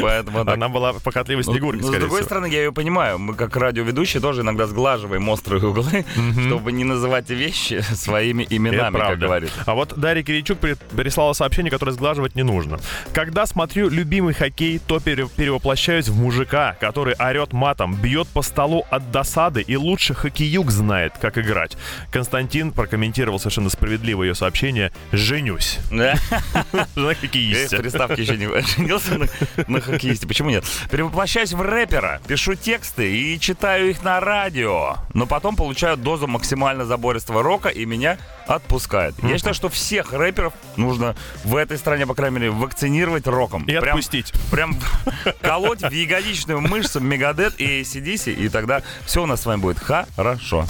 S3: Поэтому так.
S2: Она была покатливой
S3: Ну,
S2: снегуркой,
S3: ну, с
S2: скорее
S3: другой
S2: всего.
S3: стороны, я ее понимаю. Мы, как радиоведущие, тоже иногда сглаживаем острые углы, чтобы не называть вещи своими
S2: Это
S3: именами, как
S2: правда.
S3: говорится.
S2: А вот Дарья Киричук при- прислала сообщение, которое сглаживать не нужно. Когда смотрю любимый хоккей, то пере- перевоплощаюсь в мужика, который орет матом, бьет по столу от досады и лучше хоккеюк знает, как играть. Константин прокомментировал совершенно справедливо ее сообщение «Женюсь».
S3: Да.
S2: Жена
S3: Я в
S2: хоккеиста.
S3: приставке еще не женился на, на хоккеисте. Почему нет? Перевоплощаюсь в рэпера, пишу тексты и читаю их на радио. Но потом получаю дозу максимально забористого рока и меня отпускает. Я считаю, что всех рэперов нужно в этой стране, по крайней мере, вакцинировать роком.
S2: И
S3: Прям-
S2: отпустить.
S3: Прям колоть в ягодичную мышцу Мегадет и ACDC, и тогда все у нас с вами будет хорошо.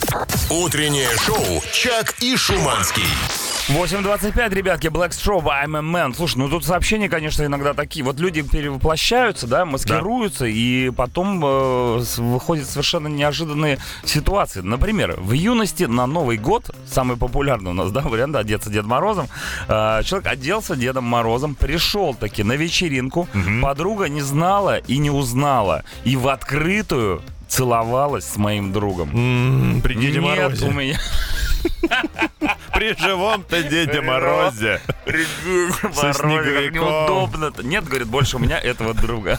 S1: Утреннее шоу «Чак и Шуманский».
S3: 8.25, ребятки, Black Strobe, I'm a Man. Слушай, ну тут сообщения, конечно, иногда такие. Вот люди перевоплощаются, да, маскируются, и потом э, с- выходят совершенно неожиданные ситуации. Например, в юности на Новый год, самый популярный у нас, да, вариант, одеться Дед Морозом, э, человек оделся Дедом Морозом, пришел таки на вечеринку, подруга не знала и не узнала, и в открытую целовалась с моим другом.
S2: М, М-м, При Деде
S3: Нет, у
S2: Морозе.
S3: меня...
S2: При живом-то Деде Морозе.
S3: Со
S2: снеговиком.
S3: неудобно-то. Нет, говорит, больше у меня этого друга.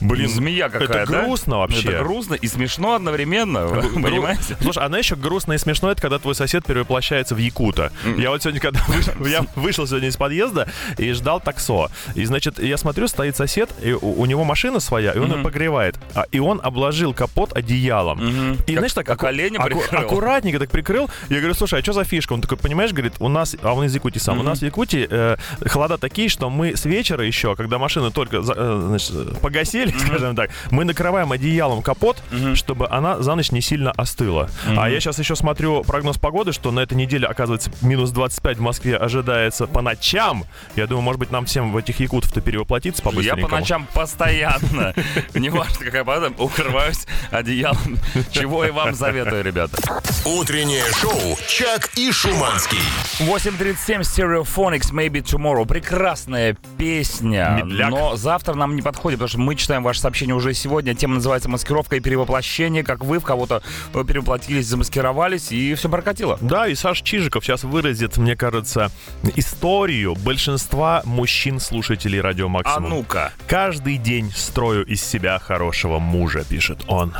S2: Блин,
S3: змея какая,
S2: это
S3: да?
S2: грустно вообще.
S3: Это грустно и смешно одновременно, вы
S2: Гру-
S3: понимаете?
S2: Слушай, а она еще грустно и смешно, это когда твой сосед перевоплощается в якута. Я вот сегодня, когда вы- я вышел сегодня из подъезда и ждал таксо. И, значит, я смотрю, стоит сосед, и у, у него машина своя, и он ее погревает. А, и он обложил капот одеялом.
S3: Мгм.
S2: И,
S3: Как-
S2: знаешь, так
S3: как
S2: аку-
S3: оленя
S2: аку-
S3: прикрыл.
S2: аккуратненько так прикрыл. Я говорю, слушай, а что за фишка? Он такой, понимаешь, говорит, у нас, а он из Якутии сам, у нас в Якутии э, холода такие, что мы с вечера еще, когда машины только за- э, значит, погасили, скажем так, мы накрываем одеялом капот, чтобы она за ночь не сильно остыла. А я сейчас еще смотрю прогноз погоды, что на этой неделе, оказывается, минус 25 в Москве ожидается по ночам. Я думаю, может быть, нам всем в этих якутов-то перевоплотиться
S3: Я
S2: по-быстренькому.
S3: по ночам постоянно, неважно какая погода, укрываюсь одеялом, чего и вам советую, ребята.
S1: Утреннее шоу «Чак и Шуманский».
S3: 8.37 Stereophonics Maybe Tomorrow. Прекрасная песня.
S2: Медляк.
S3: Но завтра нам не подходит, потому что мы читаем ваше сообщение уже сегодня. Тема называется «Маскировка и перевоплощение». Как вы в кого-то э, перевоплотились, замаскировались, и все прокатило.
S2: Да, и Саш Чижиков сейчас выразит, мне кажется, историю большинства мужчин-слушателей радио
S3: А
S2: Максимум.
S3: ну-ка.
S2: Каждый день строю из себя хорошего мужа, пишет он.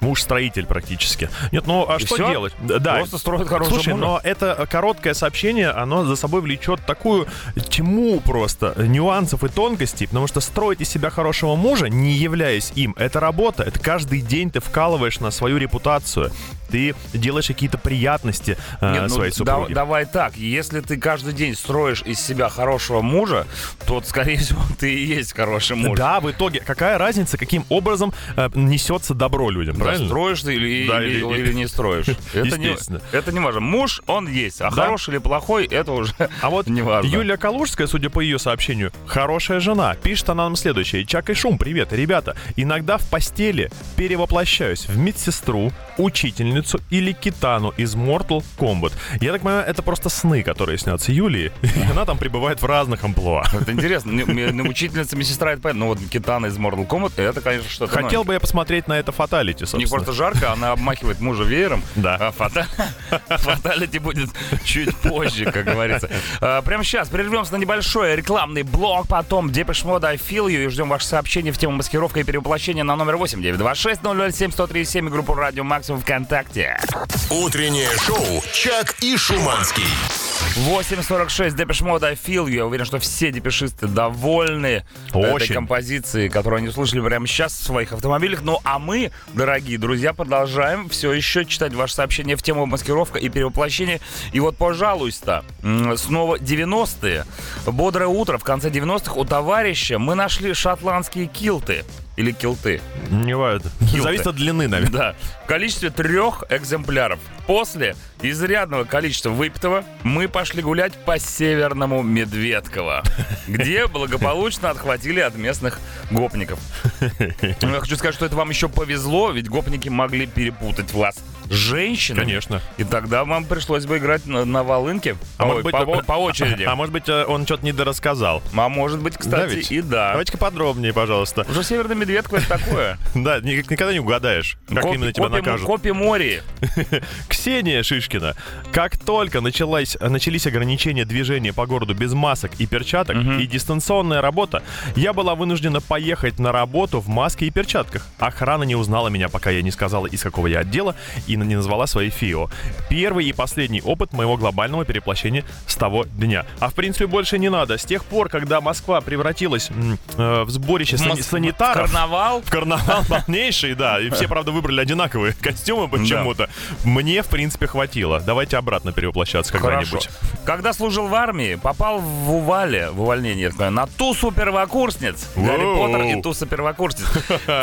S2: Муж-строитель практически. Нет, ну а
S3: И
S2: что
S3: всё?
S2: делать? Д- Да.
S3: Просто строят хорошего
S2: Слушай,
S3: мужа?
S2: но это короткое сообщение, оно за собой влечет такую тьму просто нюансов и тонкостей, потому что строить из себя хорошего мужа, не являясь им, это работа. Это каждый день ты вкалываешь на свою репутацию. Ты делаешь какие-то приятности э,
S3: Нет, ну,
S2: своей
S3: да-
S2: супруге.
S3: давай так, если ты каждый день строишь из себя хорошего мужа, то, скорее всего, ты и есть хороший муж.
S2: Да, в итоге, какая разница, каким образом э, несется добро людям,
S3: Да,
S2: правильно?
S3: строишь ты или,
S2: Да,
S3: или-
S2: или-
S3: или не строишь. Это не,
S2: Естественно.
S3: это не важно. Муж, он есть. А
S2: Да.
S3: хороший или плохой, это уже
S2: А вот
S3: не важно.
S2: Юлия Калужская, судя по ее сообщению, хорошая жена. Пишет она нам следующее. Чак и Шум, привет, ребята. Иногда в постели перевоплощаюсь в медсестру, учительницу или китану из Mortal Kombat. Я так понимаю, это просто сны, которые снятся Юлии. И она там пребывает в разных амплуа.
S3: Это интересно. Не- мне- ну, Учительница, медсестра, это понятно. Ну, вот Китана из Mortal Kombat, это, конечно, что-то
S2: Хотел бы я посмотреть на это фаталити,
S3: Не
S2: собственно.
S3: просто жарко, она обмахивает мужа веером.
S2: Да.
S3: А фата- фаталити будет чуть позже, как говорится. А, Прямо сейчас прервемся на небольшой рекламный блок, потом Депеш Мода I Feel You и ждем ваши сообщения в тему маскировка и перевоплощения на номер 8 926 007 137 и группу Радио Максимум ВКонтакте.
S1: Утреннее шоу «Чак и Шуманский».
S3: 8.46 Депеш Мода I Feel You. Я уверен, что все депешисты довольны этой
S2: Очень.
S3: композиции, которую они услышали прямо сейчас в своих автомобилях. Ну а мы, дорогие друзья, продолжаем все еще читать ваши сообщения в тему маскировка и перевоплощение. И вот, пожалуйста, м, снова 90-е. Бодрое утро в конце 90-х у товарища мы нашли шотландские килты. Или килты.
S2: Не важно. Зависит от длины, наверное.
S3: Да. В количестве трех экземпляров. После изрядного количества выпитого мы пошли гулять по Северному Медведково, где благополучно отхватили от местных гопников. Ну, Я хочу сказать, что это вам еще повезло, ведь гопники могли перепутать вас с женщиной.
S2: Конечно.
S3: И тогда вам пришлось бы играть на, на волынке
S2: А
S3: Ой,
S2: может быть,
S3: по,
S2: да-
S3: по очереди.
S2: А может быть, э, он что-то недорассказал.
S3: А может быть,
S2: Да
S3: кстати,
S2: ведь?
S3: и да.
S2: Давайте-ка подробнее, пожалуйста.
S3: Уже Северный Медведково это такое.
S2: Да, ни- никогда не угадаешь, как
S3: Коп-
S2: именно тебя
S3: копи-
S2: накажут.
S3: Копи море.
S2: Ксения Шишкина. Как только началась, начались ограничения движения по городу без масок и перчаток и дистанционная работа, я была вынуждена поехать на работу в маске и перчатках. Охрана не узнала меня, пока я не сказала, из какого я отдела, и на- не назвала свои ФИО. Первый и последний опыт моего глобального переплощения с того дня. А в принципе больше не надо. С тех пор, когда Москва превратилась м, э, в сборище сани-
S3: Мос-
S2: санитаров...
S3: Карнавал.
S2: В карнавал полнейший, да. И все, правда, выбрали одинаковые костюмы почему-то. Мне, в принципе, хватило. Давайте обратно перевоплощаться когда-нибудь.
S3: Когда служил в армии, попал в Увале, в увольнение, я так понимаю, на тусу первокурсниц. Гарри
S2: Воу.
S3: Поттер и туса первокурсниц.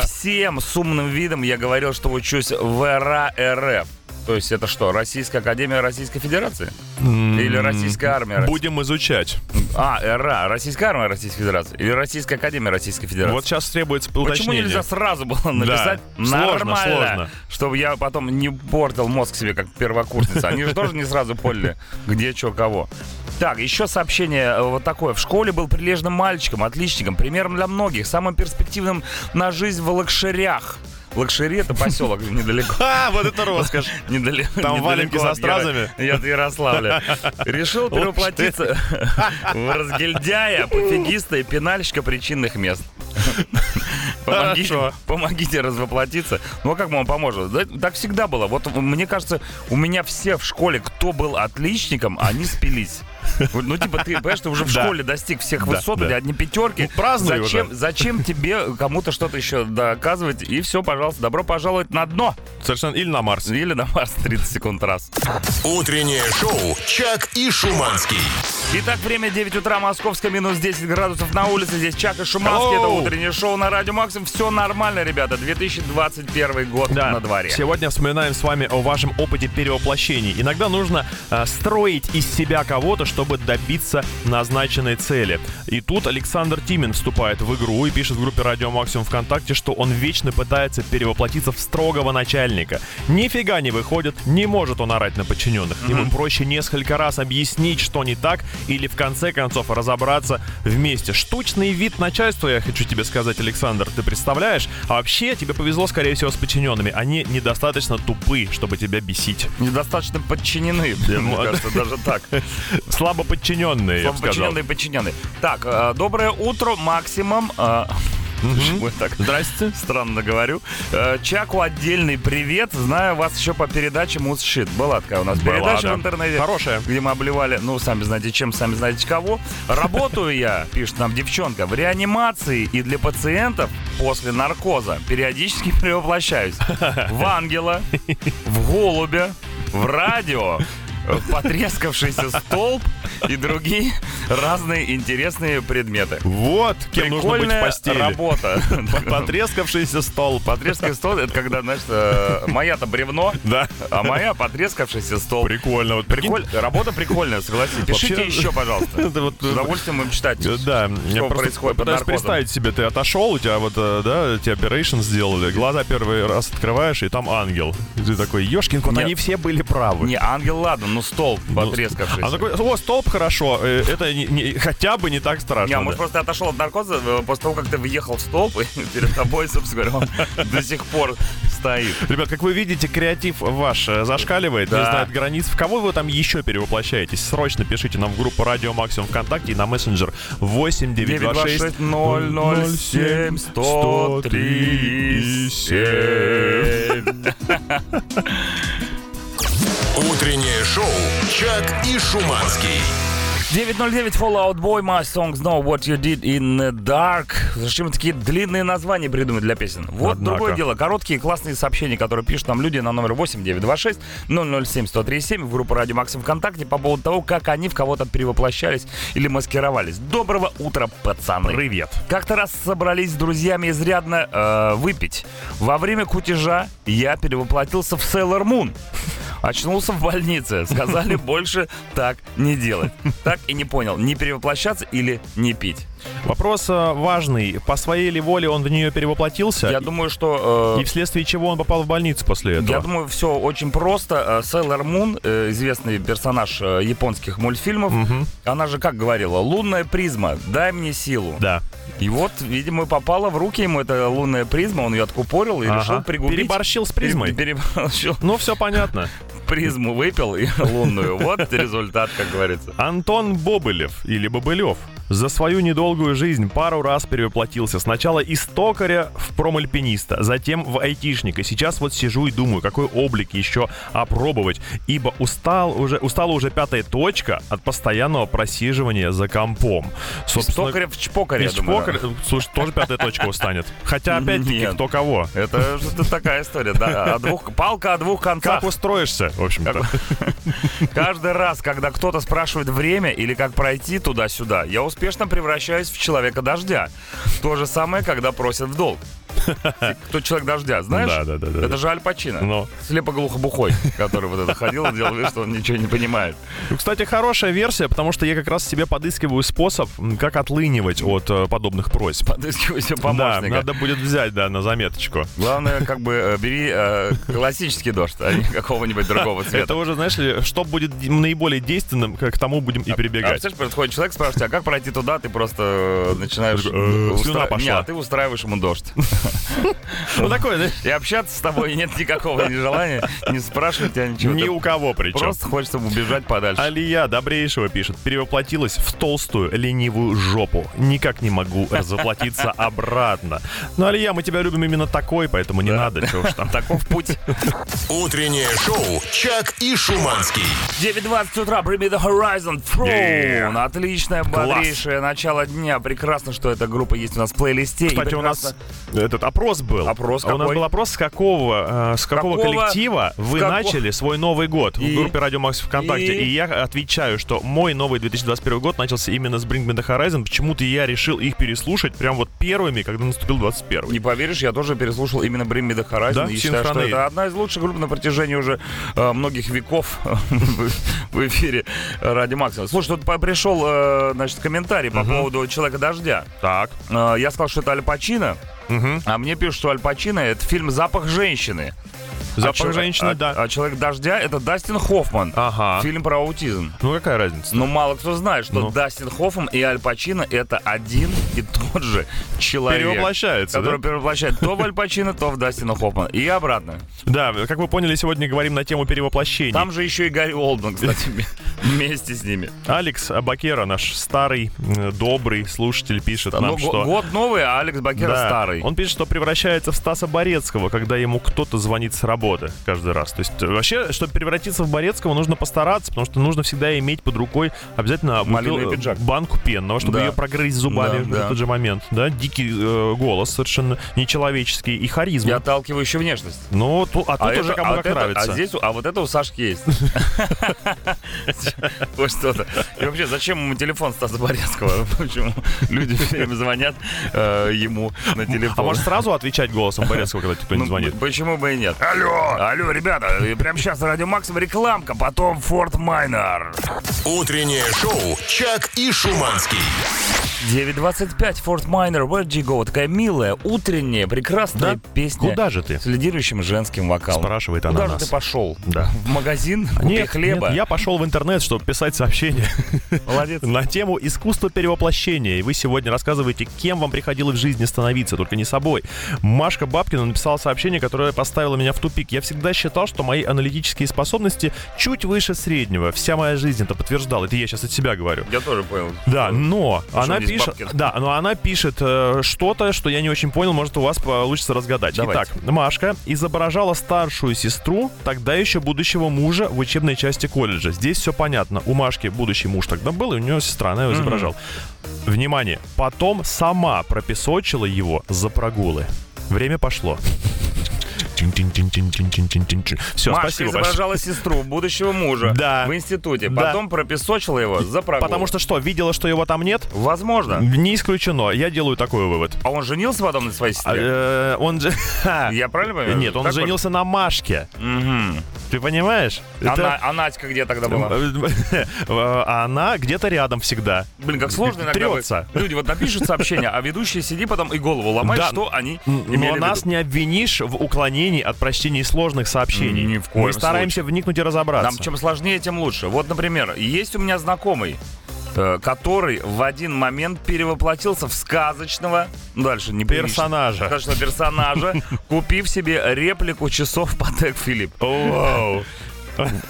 S3: Всем с умным видом я говорил, что учусь в РА РФ. То есть это что, Российская Академия Российской Федерации? Или Российская Армия?
S2: Будем изучать.
S3: А, РА, Российская Армия Российской Федерации. Или Российская Академия Российской Федерации?
S2: Вот сейчас требуется
S3: Почему
S2: уточнение.
S3: нельзя сразу было написать
S2: Сложно,
S3: нормально,
S2: сложно.
S3: чтобы я потом не портил мозг себе как первокурсница. Они же тоже не сразу поняли, где, что, кого. Так, еще сообщение э, вот такое. В школе был прилежным мальчиком, отличником, примером для многих, самым перспективным на жизнь в лакшерях. Лакшери это поселок недалеко.
S2: Ха, А, вот это роскошь.
S3: Недале-
S2: Там
S3: недалеко
S2: валенки со
S3: от Яро-
S2: стразами?
S3: и от Ярославля. Решил перевоплотиться в разгильдяя, пофигиста и пенальщика причинных мест. Помогите,
S2: Хорошо.
S3: помогите развоплотиться. Ну а как мы вам поможем? Да, так всегда было. Вот мне кажется, у меня все в школе, кто был отличником, они спились. Вот, Ну, типа, ты, понимаешь, ты уже в
S2: Да.
S3: школе достиг всех
S2: Да,
S3: высот,
S2: да.
S3: или одни пятерки.
S2: Ну, празднуй уже.
S3: зачем, зачем тебе кому-то что-то еще доказывать? И все, пожалуйста, добро пожаловать на дно.
S2: Совершенно. Или на Марс.
S3: Или на Марс 30 секунд раз.
S1: Утреннее шоу «Чак и Шуманский».
S3: Итак, время 9 утра, Московская, минус 10 градусов на улице. Здесь Чак и Шуманский, это
S2: Hello.
S3: утреннее шоу на Радио Максим. Все нормально, ребята, 2021 год на дворе.
S2: Сегодня вспоминаем с вами о вашем опыте перевоплощений. Иногда нужно э, строить из себя кого-то, чтобы добиться назначенной цели. И тут Александр Тимин вступает в игру и пишет в группе Радио Максимум ВКонтакте, что он вечно пытается перевоплотиться в строгого начальника. Нифига не выходит, не может он орать на подчиненных. Ему проще несколько раз объяснить, что не так, или в конце концов разобраться вместе. Штучный вид начальства, я хочу тебе сказать, Александр, ты представляешь? А вообще тебе повезло, скорее всего, с подчиненными. Они недостаточно тупы, чтобы тебя бесить.
S3: Недостаточно подчинены, мне кажется, даже так.
S2: Слабо подчиненные, я бы сказал.
S3: Подчиненные, подчиненные. Так, э, доброе утро, максимум. э, Почему я так
S2: Здрасте.
S3: странно говорю? Э, Чаку отдельный привет. Знаю вас еще по передаче Мусшит. Была такая у нас
S2: Была,
S3: передача
S2: да.
S3: в интернете.
S2: Хорошая.
S3: где мы обливали, ну, сами знаете чем, сами знаете кого. Работаю я, пишет нам девчонка, в реанимации и для пациентов после наркоза периодически превоплощаюсь в ангела, в голубя, в радио, в потрескавшийся столб и другие разные интересные предметы.
S2: Вот кем нужно быть в
S3: Прикольная
S2: постели.
S3: работа.
S2: Потрескавшийся столб.
S3: Потрескавшийся столб, это когда, знаешь, э, моя-то бревно,
S2: Да.
S3: а моя потрескавшийся столб.
S2: Прикольно. Вот прикинь,
S3: Приколь... Работа прикольная, согласись. Пишите
S2: Вообще-
S3: еще, пожалуйста.
S2: это вот,
S3: С удовольствием будем читать.
S2: Э, Да, я
S3: что
S2: просто
S3: происходит под
S2: пытаюсь
S3: наркозом.
S2: представить себе, ты отошел, у тебя вот, э, да, тебе оперейшн сделали, глаза первый раз открываешь, и там ангел. И ты такой, ешкин кот,
S3: Нет.
S2: они все были правы.
S3: Не, ангел, ладно, ну столб
S2: Ну,
S3: потрескавшийся.
S2: А такой, о, столб хорошо, э, это не- не- хотя бы не так страшно.
S3: Не, а
S2: да.
S3: может, просто отошел от наркоза э, после того, как ты въехал в столб, и перед тобой, собственно говоря, он до сих пор стоит.
S2: Ребят, как вы видите, креатив ваш э, зашкаливает, не
S3: Да.
S2: знает границ. В кого вы там еще перевоплощаетесь? Срочно пишите нам в группу Радио Максимум ВКонтакте и на мессенджер 8 926
S3: 926-007-103 и 7.
S1: Утреннее шоу «Чак и Шуманский».
S3: 909 Fallout Boy, My Songs Know What You Did in the Dark. Зачем мы такие длинные названия придумать для песен? Вот
S2: Однако.
S3: другое дело. Короткие классные сообщения, которые пишут нам люди на номер 8926 007 1037 в группу Радио Максим ВКонтакте по поводу того, как они в кого-то перевоплощались или маскировались. Доброго утра, пацаны.
S2: Привет.
S3: Как-то раз собрались с друзьями изрядно э, выпить. Во время кутежа я перевоплотился в Sailor Moon. Очнулся в больнице. Сказали больше так не делать. Так и не понял, не перевоплощаться или не пить.
S2: Вопрос э, важный. По своей ли воле он в нее перевоплотился?
S3: Я думаю, что... э,
S2: И вследствие чего он попал в больницу после этого?
S3: Я думаю, все очень просто. Э, Sailor Мун, известный персонаж э, японских мультфильмов,
S2: Мгм.
S3: она же как говорила, лунная призма, дай мне силу.
S2: Да.
S3: И вот, видимо, попала в руки ему эта лунная призма, он ее откупорил и
S2: Ага.
S3: решил пригубить.
S2: Переборщил с призмой.
S3: Пере- переборщил.
S2: Ну, все понятно.
S3: Призму выпил и лунную. Вот результат, как говорится.
S2: Антон Бобылев или Бобылев за свою недолгую жизнь пару раз перевоплотился. Сначала из токаря в промальпиниста, затем в айтишника. Сейчас вот сижу и думаю, какой облик еще опробовать, ибо устал уже, устала уже пятая точка от постоянного просиживания за компом.
S3: Из токаря в чпокаре,
S2: из
S3: я думаю.
S2: токаря- Слушай, тоже пятая точка устанет. Хотя, опять-таки,
S3: Нет.
S2: кто кого.
S3: Это что-то такая история, да. О двух, палка о двух концах.
S2: Как устроишься, в общем-то.
S3: Каждый раз, когда кто-то спрашивает время или как пройти туда-сюда, я успешно превращаюсь в человека дождя. То же самое, когда просят в долг. Типа, Кто человек дождя, знаешь?
S2: Да, да, да, да.
S3: Это же Аль Пачино.
S2: Ну.
S3: Слепо-глухобухой, который вот это ходил и делал вид, что он ничего не понимает.
S2: Ну, Кстати, хорошая версия, потому что я как раз себе подыскиваю способ, м, как отлынивать от э, подобных просьб.
S3: Подыскивай себе
S2: Да,
S3: помощника.
S2: надо будет взять, да, на заметочку.
S3: Главное, как бы э, бери э, классический дождь, а не какого-нибудь другого цвета.
S2: Это уже, знаешь ли, что будет д- наиболее действенным, к к тому будем и
S3: А
S2: прибегать.
S3: представляешь, подходит человек, спрашивает, а как пройти туда? Ты просто э, начинаешь...
S2: Я такой, «Э,
S3: устра-
S2: слюна пошла».
S3: Не, а ты устраиваешь ему дождь.
S2: Ну, такое, да?
S3: И общаться с тобой нет никакого ни желания, не спрашивать тебя ничего.
S2: Ни
S3: Ты
S2: у кого причем.
S3: Просто хочется убежать подальше.
S2: Алия Добрейшего пишет, перевоплотилась в толстую ленивую жопу. Никак не могу развоплотиться обратно. Ну, Алия, мы тебя любим именно такой, поэтому не надо, чего уж там.
S3: Таков путь.
S1: Утреннее шоу «Чак и Шуманский».
S3: 9.20 утра, Bring Me The Horizon Throne.
S2: Yeah.
S3: Отличное,
S2: Класс.
S3: бодрейшее начало дня. Прекрасно, что эта группа есть у нас в плейлисте. И
S2: Кстати, у нас
S3: прекрасно,
S2: этот опрос был.
S3: Опрос
S2: А У нас
S3: какой?
S2: был опрос, с какого, э, с какого,
S3: Какого-
S2: коллектива вы
S3: какого-
S2: начали свой Новый год
S3: И?
S2: в группе Радио Макс ВКонтакте.
S3: И?
S2: И? я отвечаю, что мой новый 2021 год начался именно с Bring Me The Horizon. Почему-то я решил их переслушать прям вот первыми, когда наступил 21
S3: Не поверишь, я тоже переслушал именно Bring Me The Horizon.
S2: Да?
S3: и считаю, что
S2: Синхроны.
S3: это одна из лучших групп на протяжении уже э, многих веков в- в эфире Ради Максима. Слушай, тут по- пришел э, значит, комментарий по поводу «Человека дождя».
S2: Так.
S3: Э, я сказал, что это Аль Пачино,
S2: Мгм.
S3: а мне пишут, что Аль Пачино — это фильм «Запах женщины». А
S2: Запах
S3: чел-
S2: женщины,
S3: а-
S2: да.
S3: А «Человек дождя» — это Дастин Хоффман.
S2: Ага.
S3: Фильм про аутизм.
S2: Ну какая разница?
S3: Но мало кто знает, что
S2: Ну.
S3: Дастин Хоффман и Аль Пачино это один и тот же человек.
S2: Перевоплощается, да?
S3: Который перевоплощает то в Аль Пачино, то в Дастина Хоффмана. И обратно.
S2: Да, как вы поняли, сегодня говорим на тему перевоплощений.
S3: Там же еще и Гарри Олдман, кстати, м- вместе с ними.
S2: Алекс Абакера, наш старый, э, добрый слушатель, пишет
S3: Ну,
S2: нам,
S3: го-
S2: что...
S3: год новый, а Алекс Бакера
S2: Да.
S3: старый.
S2: Он пишет, что превращается в Стаса Борецкого, когда ему кто-то звонит с работы каждый раз. То есть э, вообще, чтобы превратиться в Борецкого, нужно постараться, потому что нужно всегда иметь под рукой обязательно бутыл-
S3: Малиновый
S2: э,
S3: пиджак.
S2: банку пенного, чтобы
S3: Да.
S2: ее прогрызть зубами
S3: Да,
S2: в
S3: да.
S2: тот же момент. Да, дикий э, голос совершенно нечеловеческий и
S3: И
S2: харизма.
S3: отталкивающая внешность.
S2: Ну, ту- а тут
S3: это-
S2: уже кому
S3: а
S2: как
S3: это-
S2: нравится.
S3: А, здесь, у- а вот это у Сашки есть. Вот что-то. И вообще, зачем ему телефон Стаса Борецкого? Почему люди все время звонят э, ему на телефон?
S2: А может сразу отвечать голосом Борецкого, когда тебе кто-нибудь
S3: Ну,
S2: звонит?
S3: б- Почему бы и нет? Алло, алло, ребята, и прямо сейчас на Радио Максим рекламка, потом Форт Майнер.
S1: Утреннее шоу «Чак и Шуманский».
S3: 9.25, Форт Майнер, Where'd You Go? Такая милая, утренняя, прекрасная
S2: Да?
S3: песня.
S2: Куда же ты?
S3: С лидирующим женским вокалом.
S2: Спрашивает она
S3: Куда же
S2: нас.
S3: ты пошел?
S2: Да.
S3: В магазин? Купи хлеба?
S2: нет, я пошел в интернет, чтобы писать сообщение
S3: Молодец.
S2: на тему искусства перевоплощения. И вы сегодня рассказываете, кем вам приходилось в жизни становиться, только не собой. Машка Бабкина написала сообщение, которое поставило меня в тупик. Я всегда считал, что мои аналитические способности чуть выше среднего. Вся моя жизнь это подтверждала. Это я сейчас от себя говорю.
S3: Я тоже понял.
S2: Да, но
S3: что
S2: она
S3: Э, здесь
S2: пишет,
S3: Бабкин?
S2: да, но она пишет э, что-то, что я не очень понял, может у вас получится разгадать.
S3: Давайте.
S2: Итак, Машка изображала старшую сестру, тогда еще будущего мужа в учебной части колледжа. Здесь все понятно. У Машки будущий муж тогда был, и у нее сестра, она его изображала. Внимание, потом сама пропесочила его за прогулы. Время пошло. Все,
S3: Машка
S2: спасибо большое.
S3: изображала сестру будущего мужа
S2: Да.
S3: в институте,
S2: Да.
S3: потом пропесочила его за прогул.
S2: Потому что что, видела, что его там нет?
S3: Возможно.
S2: Не исключено. Я делаю такой вывод.
S3: А он женился потом на своей сестре?
S2: А, э, Он же... Ха.
S3: Я правильно понимаю?
S2: Нет, он
S3: Так
S2: женился на Машке.
S3: Мгм.
S2: Ты понимаешь?
S3: А,
S2: Это- Э,
S3: На- а Надька где тогда была?
S2: А Она где-то рядом всегда.
S3: Блин, как сложно иногда. бывает.
S2: трется.
S3: Люди вот напишут сообщение, а ведущий сиди потом и голову ломает,
S2: Да.
S3: что они
S2: Но
S3: имели в
S2: нас
S3: виду.
S2: не обвинишь в уклонении от прочтения сложных сообщений.
S3: Ни в коем
S2: Мы стараемся вникнуть и разобраться.
S3: Нам чем сложнее, тем лучше. Вот, например, есть у меня знакомый, э, который в один момент перевоплотился в сказочного, ну, дальше не прилично,
S2: Персонажа.
S3: сказочного персонажа, купив себе реплику часов Патек Филипп.
S2: Оу.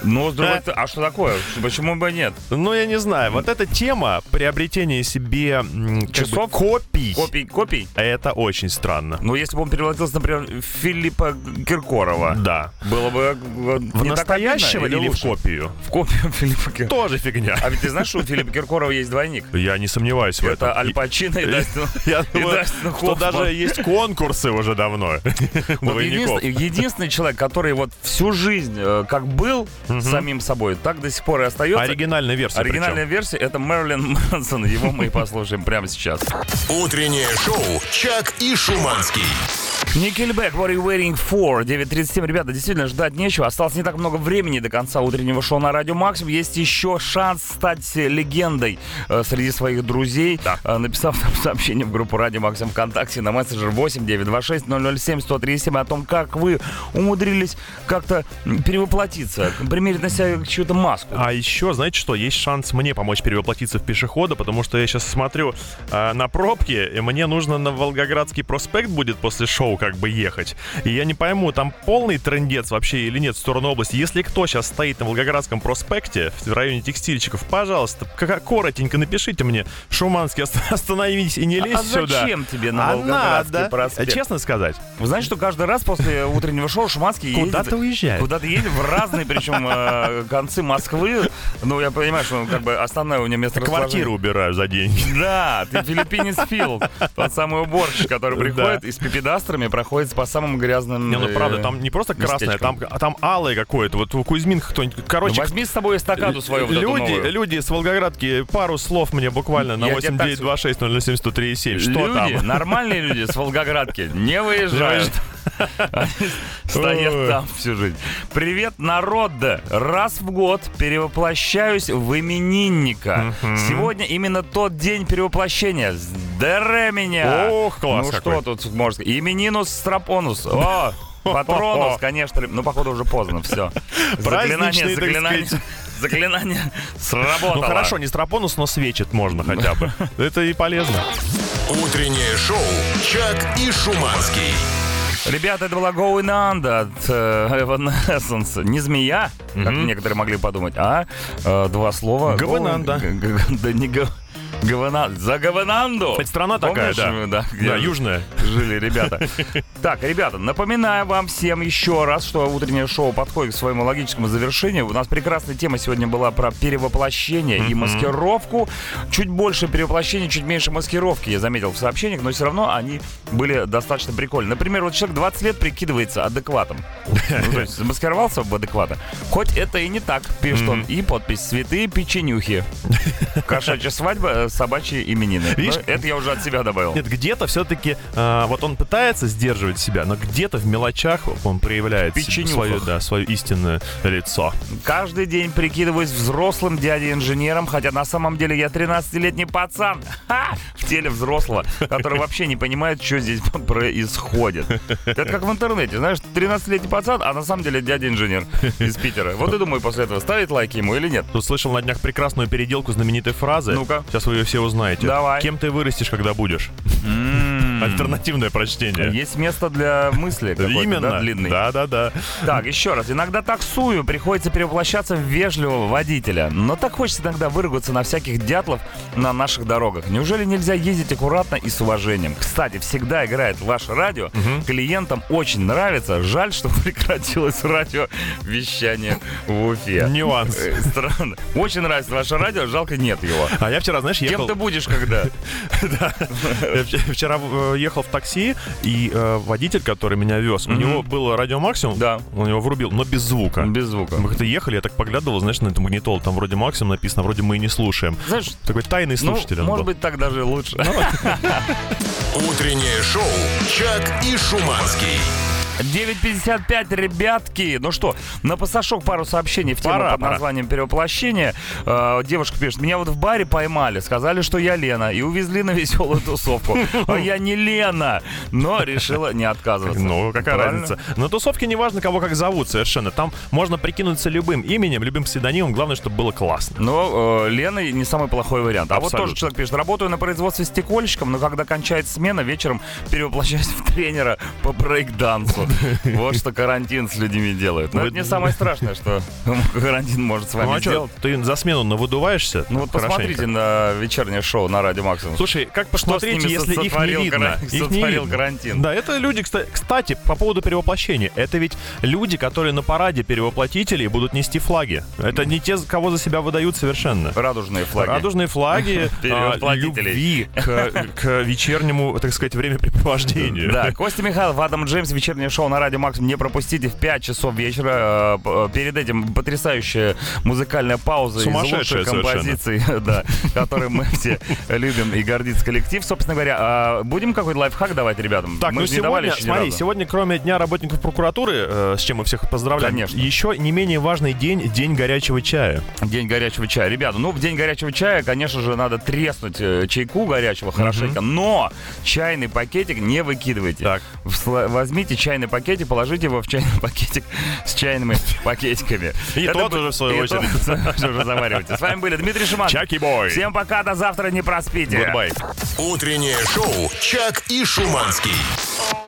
S3: Ну, с
S2: Э.
S3: другой стороны, а что такое? Почему бы и нет?
S2: Ну, я не знаю, вот эта тема приобретения себе м, как бы
S3: Часов?
S2: копий,
S3: Копий, копий.
S2: это очень странно.
S3: Ну, если бы он перевоплотился, например, в Филиппа Киркорова,
S2: Да.
S3: было бы э,
S2: В
S3: не так обидно
S2: настоящего
S3: или
S2: или в
S3: лучше?
S2: копию?
S3: В копию Филиппа Киркорова.
S2: Тоже фигня.
S3: А ведь ты знаешь, что у Филиппа Киркорова есть двойник?
S2: Я не сомневаюсь в этом.
S3: Это Аль Пачино и Дастин
S2: Я
S3: и
S2: думаю,
S3: Дастин
S2: что
S3: Хоффман.
S2: даже есть конкурсы уже давно. Ну,
S3: Вот
S2: Двойников.
S3: единственный, единственный человек, который вот всю жизнь э, как был самим собой, так до сих пор и остается.
S2: Оригинальная версия
S3: Оригинальная версия это Мэрилин Мэнсон. Его мы и послушаем прямо сейчас.
S1: Утреннее шоу «Чак и Шуманский».
S3: Никельбэк, what are you waiting for? 9.37. Ребята, действительно, ждать нечего. Осталось не так много времени до конца утреннего шоу на Радио Максимум. Есть еще шанс стать легендой э, среди своих друзей, э, написав нам сообщение в группу Радио Максимум ВКонтакте на мессенджер 8926 007 137 о том, как вы умудрились как-то м, перевоплотиться, примерить на себя чью-то маску.
S2: А еще, знаете что, есть шанс мне помочь перевоплотиться в пешехода, потому что я сейчас смотрю э, на пробки, и мне нужно на Волгоградский проспект будет после шоу как бы ехать. И я не пойму, там полный трендец вообще или нет в сторону области. Если кто сейчас стоит на Волгоградском проспекте в районе текстильщиков, пожалуйста, как коротенько напишите мне, Шуманский, ост- остановись и не лезь
S3: а
S2: сюда.
S3: зачем тебе на
S2: А
S3: Волгоградский
S2: надо.
S3: проспект?
S2: Честно сказать,
S3: Вы знаете, что каждый раз после утреннего шоу Шуманский
S2: куда
S3: ездит-
S2: ты уезжаешь?
S3: Куда-то едем в разные, причем э, концы Москвы. Ну, я понимаю, что он как бы основное у него место
S2: Квартиру убираю за деньги.
S3: расположения. Да, ты филиппинец Фил, тот самый уборщик, который
S2: Да.
S3: приходит и с пипедастрами проходит по самым грязным...
S2: Не, ну
S3: э,
S2: правда, там не просто красное,
S3: местечком.
S2: там, а там алое какое-то. Вот у Кузьмин кто-нибудь.
S3: Ну,
S2: Короче,
S3: возьми с собой эстакаду свою вот эту
S2: люди,
S3: новую.
S2: люди с Волгоградки, пару слов мне буквально на
S3: Я тебе так
S2: 8926-007-1037. Что
S3: Люди, Ну,
S2: там?
S3: нормальные люди с Волгоградки не выезжают. Они Стоят
S2: Ой.
S3: там всю жизнь. Привет, народ! Раз в год перевоплощаюсь в именинника. Сегодня именно тот день перевоплощения. Здоре меня!
S2: Ох, класс
S3: Ну
S2: какой.
S3: что тут можно сказать? Именинус Страпонус. О! Патронус, конечно. Ну, походу, уже поздно, все.
S2: Праздничный,
S3: Заклинание,
S2: так
S3: заклинание,
S2: сказать.
S3: заклинание
S2: Ну
S3: сработало.
S2: хорошо, не стропонус, но свечит можно хотя бы. Это и полезно.
S1: Утреннее шоу «Чак и Шуманский».
S3: Ребята, это была Going Under от э, Evanescence. Не змея, как некоторые могли подумать, а э, два слова.
S2: Going
S3: Going-
S2: Under.
S3: г- г- Да не го- Говена... За Говенанду!
S2: Хоть страна такая,
S3: Помнишь,
S2: да.
S3: э, да, где
S2: Да, южная.
S3: жили ребята. Так, ребята, напоминаю вам всем еще раз, что утреннее шоу подходит к своему логическому завершению. У нас прекрасная тема сегодня была про перевоплощение и маскировку. Чуть больше перевоплощения, чуть меньше маскировки, я заметил в сообщениях, но все равно они были достаточно прикольные. Например, вот человек 20 лет прикидывается адекватом. Ну, то есть замаскировался в адеквата. Хоть это и не так, пишет он. И подпись «Святые печенюхи». Кошачья свадьба, э, собачьи именины. Ну,
S2: Видишь?
S3: Это я уже от себя добавил.
S2: Нет, где-то все-таки э, вот он пытается сдерживать себя, но где-то в мелочах он проявляет
S3: Печенюхах.
S2: свое, да, свое истинное лицо.
S3: Каждый день прикидываюсь взрослым дядей-инженером, хотя на самом деле я 13-летний пацан Ха! в теле взрослого, который вообще не понимает, что здесь происходит. Это как в интернете, знаешь, 13-летний пацан, а на самом деле дядя-инженер из Питера. Вот и думаю после этого, ставить лайки ему или нет.
S2: Тут слышал на днях прекрасную переделку знаменитой фразы.
S3: Ну-ка.
S2: Сейчас вы ее все узнаете.
S3: Давай.
S2: Кем ты вырастешь, когда будешь? Альтернативное прочтение.
S3: Есть место для мысли какой-то, да,
S2: Э. Именно.
S3: длинный.
S2: Да, да, да.
S3: Так, еще раз. Иногда таксую, приходится перевоплощаться в вежливого водителя. Но так хочется иногда выругаться на всяких дятлов на наших дорогах. Неужели нельзя ездить аккуратно и с уважением? Кстати, всегда играет ваше радио. Клиентам очень нравится. Жаль, что прекратилось радиовещание в Уфе.
S2: Нюанс.
S3: Э, Странно. Очень нравится ваше радио, жалко нет его.
S2: А я вчера, знаешь,
S3: Кем
S2: ехал...
S3: ты будешь, когда?
S2: Я вч- вчера э, ехал в такси, и э, водитель, который меня вез, у него было радио максимум,
S3: Да.
S2: он его врубил, но без звука.
S3: Без звука.
S2: Мы как-то ехали, я так поглядывал, знаешь, на эту магнитолу, там вроде максимум написано, вроде мы и не слушаем.
S3: Знаешь,
S2: Такой тайный
S3: ну,
S2: слушатель он
S3: может
S2: был. Ну,
S3: быть, так даже лучше.
S1: Утреннее шоу «Чак и Шуманский».
S3: 9.55, ребятки. Ну что, на пасашок пару сообщений в тему
S2: Пора,
S3: под
S2: пора.
S3: названием «Перевоплощение». Э, девушка пишет, меня вот в баре поймали, сказали, что я Лена, и увезли на веселую тусовку. А я не Лена, но решила не отказываться.
S2: Ну, какая
S3: Правильно?
S2: разница? На тусовке неважно, кого как зовут совершенно. Там можно прикинуться любым именем, любым псевдонимом. Главное, чтобы было классно.
S3: Но э, Лена не самый плохой вариант. А вот
S2: Абсолютно.
S3: тоже человек пишет, работаю на производстве стекольщиком, но когда кончается смена, вечером перевоплощаюсь в тренера по брейк-дансу. Вот что карантин с людьми делает. Но
S2: Вы-
S3: это не самое страшное, что карантин может с
S2: Ну
S3: вами
S2: а
S3: сделать.
S2: что, ты за смену навыдуваешься?
S3: Ну вот
S2: хорошенько?
S3: посмотрите на вечернее шоу на радио Максимум.
S2: Слушай, как посмотреть,
S3: с ними
S2: если их не
S3: сотворил
S2: видно?
S3: каран-
S2: Их не
S3: сотворил
S2: видно.
S3: карантин?
S2: Да, это люди, кста- кстати, по поводу перевоплощения. Это ведь люди, которые на параде перевоплотителей будут нести флаги. Это не те, кого за себя выдают совершенно.
S3: Радужные флаги.
S2: Радужные флаги а,
S3: Перевоплотителей.
S2: любви к, к вечернему, так сказать, времяпрепровождению.
S3: Да, Костя Михайлов, Адам Джеймс, вечернее шоу шоу на радио Максимум не пропустите в 5 часов вечера. Э, п- э, Перед этим потрясающая музыкальная пауза из
S2: Сумасшедшая
S3: лучших композиций, да, которые мы все любим и гордится коллектив. Собственно говоря, а будем какой-то лайфхак давать ребятам?
S2: Так,
S3: Мы
S2: ну
S3: же не давали
S2: сегодня,
S3: еще ни
S2: смотри,
S3: разу.
S2: сегодня кроме Дня работников прокуратуры, э, с чем мы всех поздравляем,
S3: Конечно.
S2: еще не менее важный день, День горячего чая.
S3: День горячего чая. Ребята, ну, в день горячего чая, конечно же, надо треснуть э, чайку горячего хорошенько, но чайный пакетик не выкидывайте.
S2: Так.
S3: В сла- возьмите чайный пакетик, положите его в чайный пакетик с чайными пакетиками.
S2: И
S3: Это
S2: тот
S3: бы-
S2: уже, в свою
S3: и тот
S2: очередь.
S3: уже заваривайте. С вами были Дмитрий Шиманов.
S2: Чаки-бой.
S3: Всем пока, до завтра, не проспите.
S2: Гудбай.
S1: Утреннее шоу «Чак и Шуманский».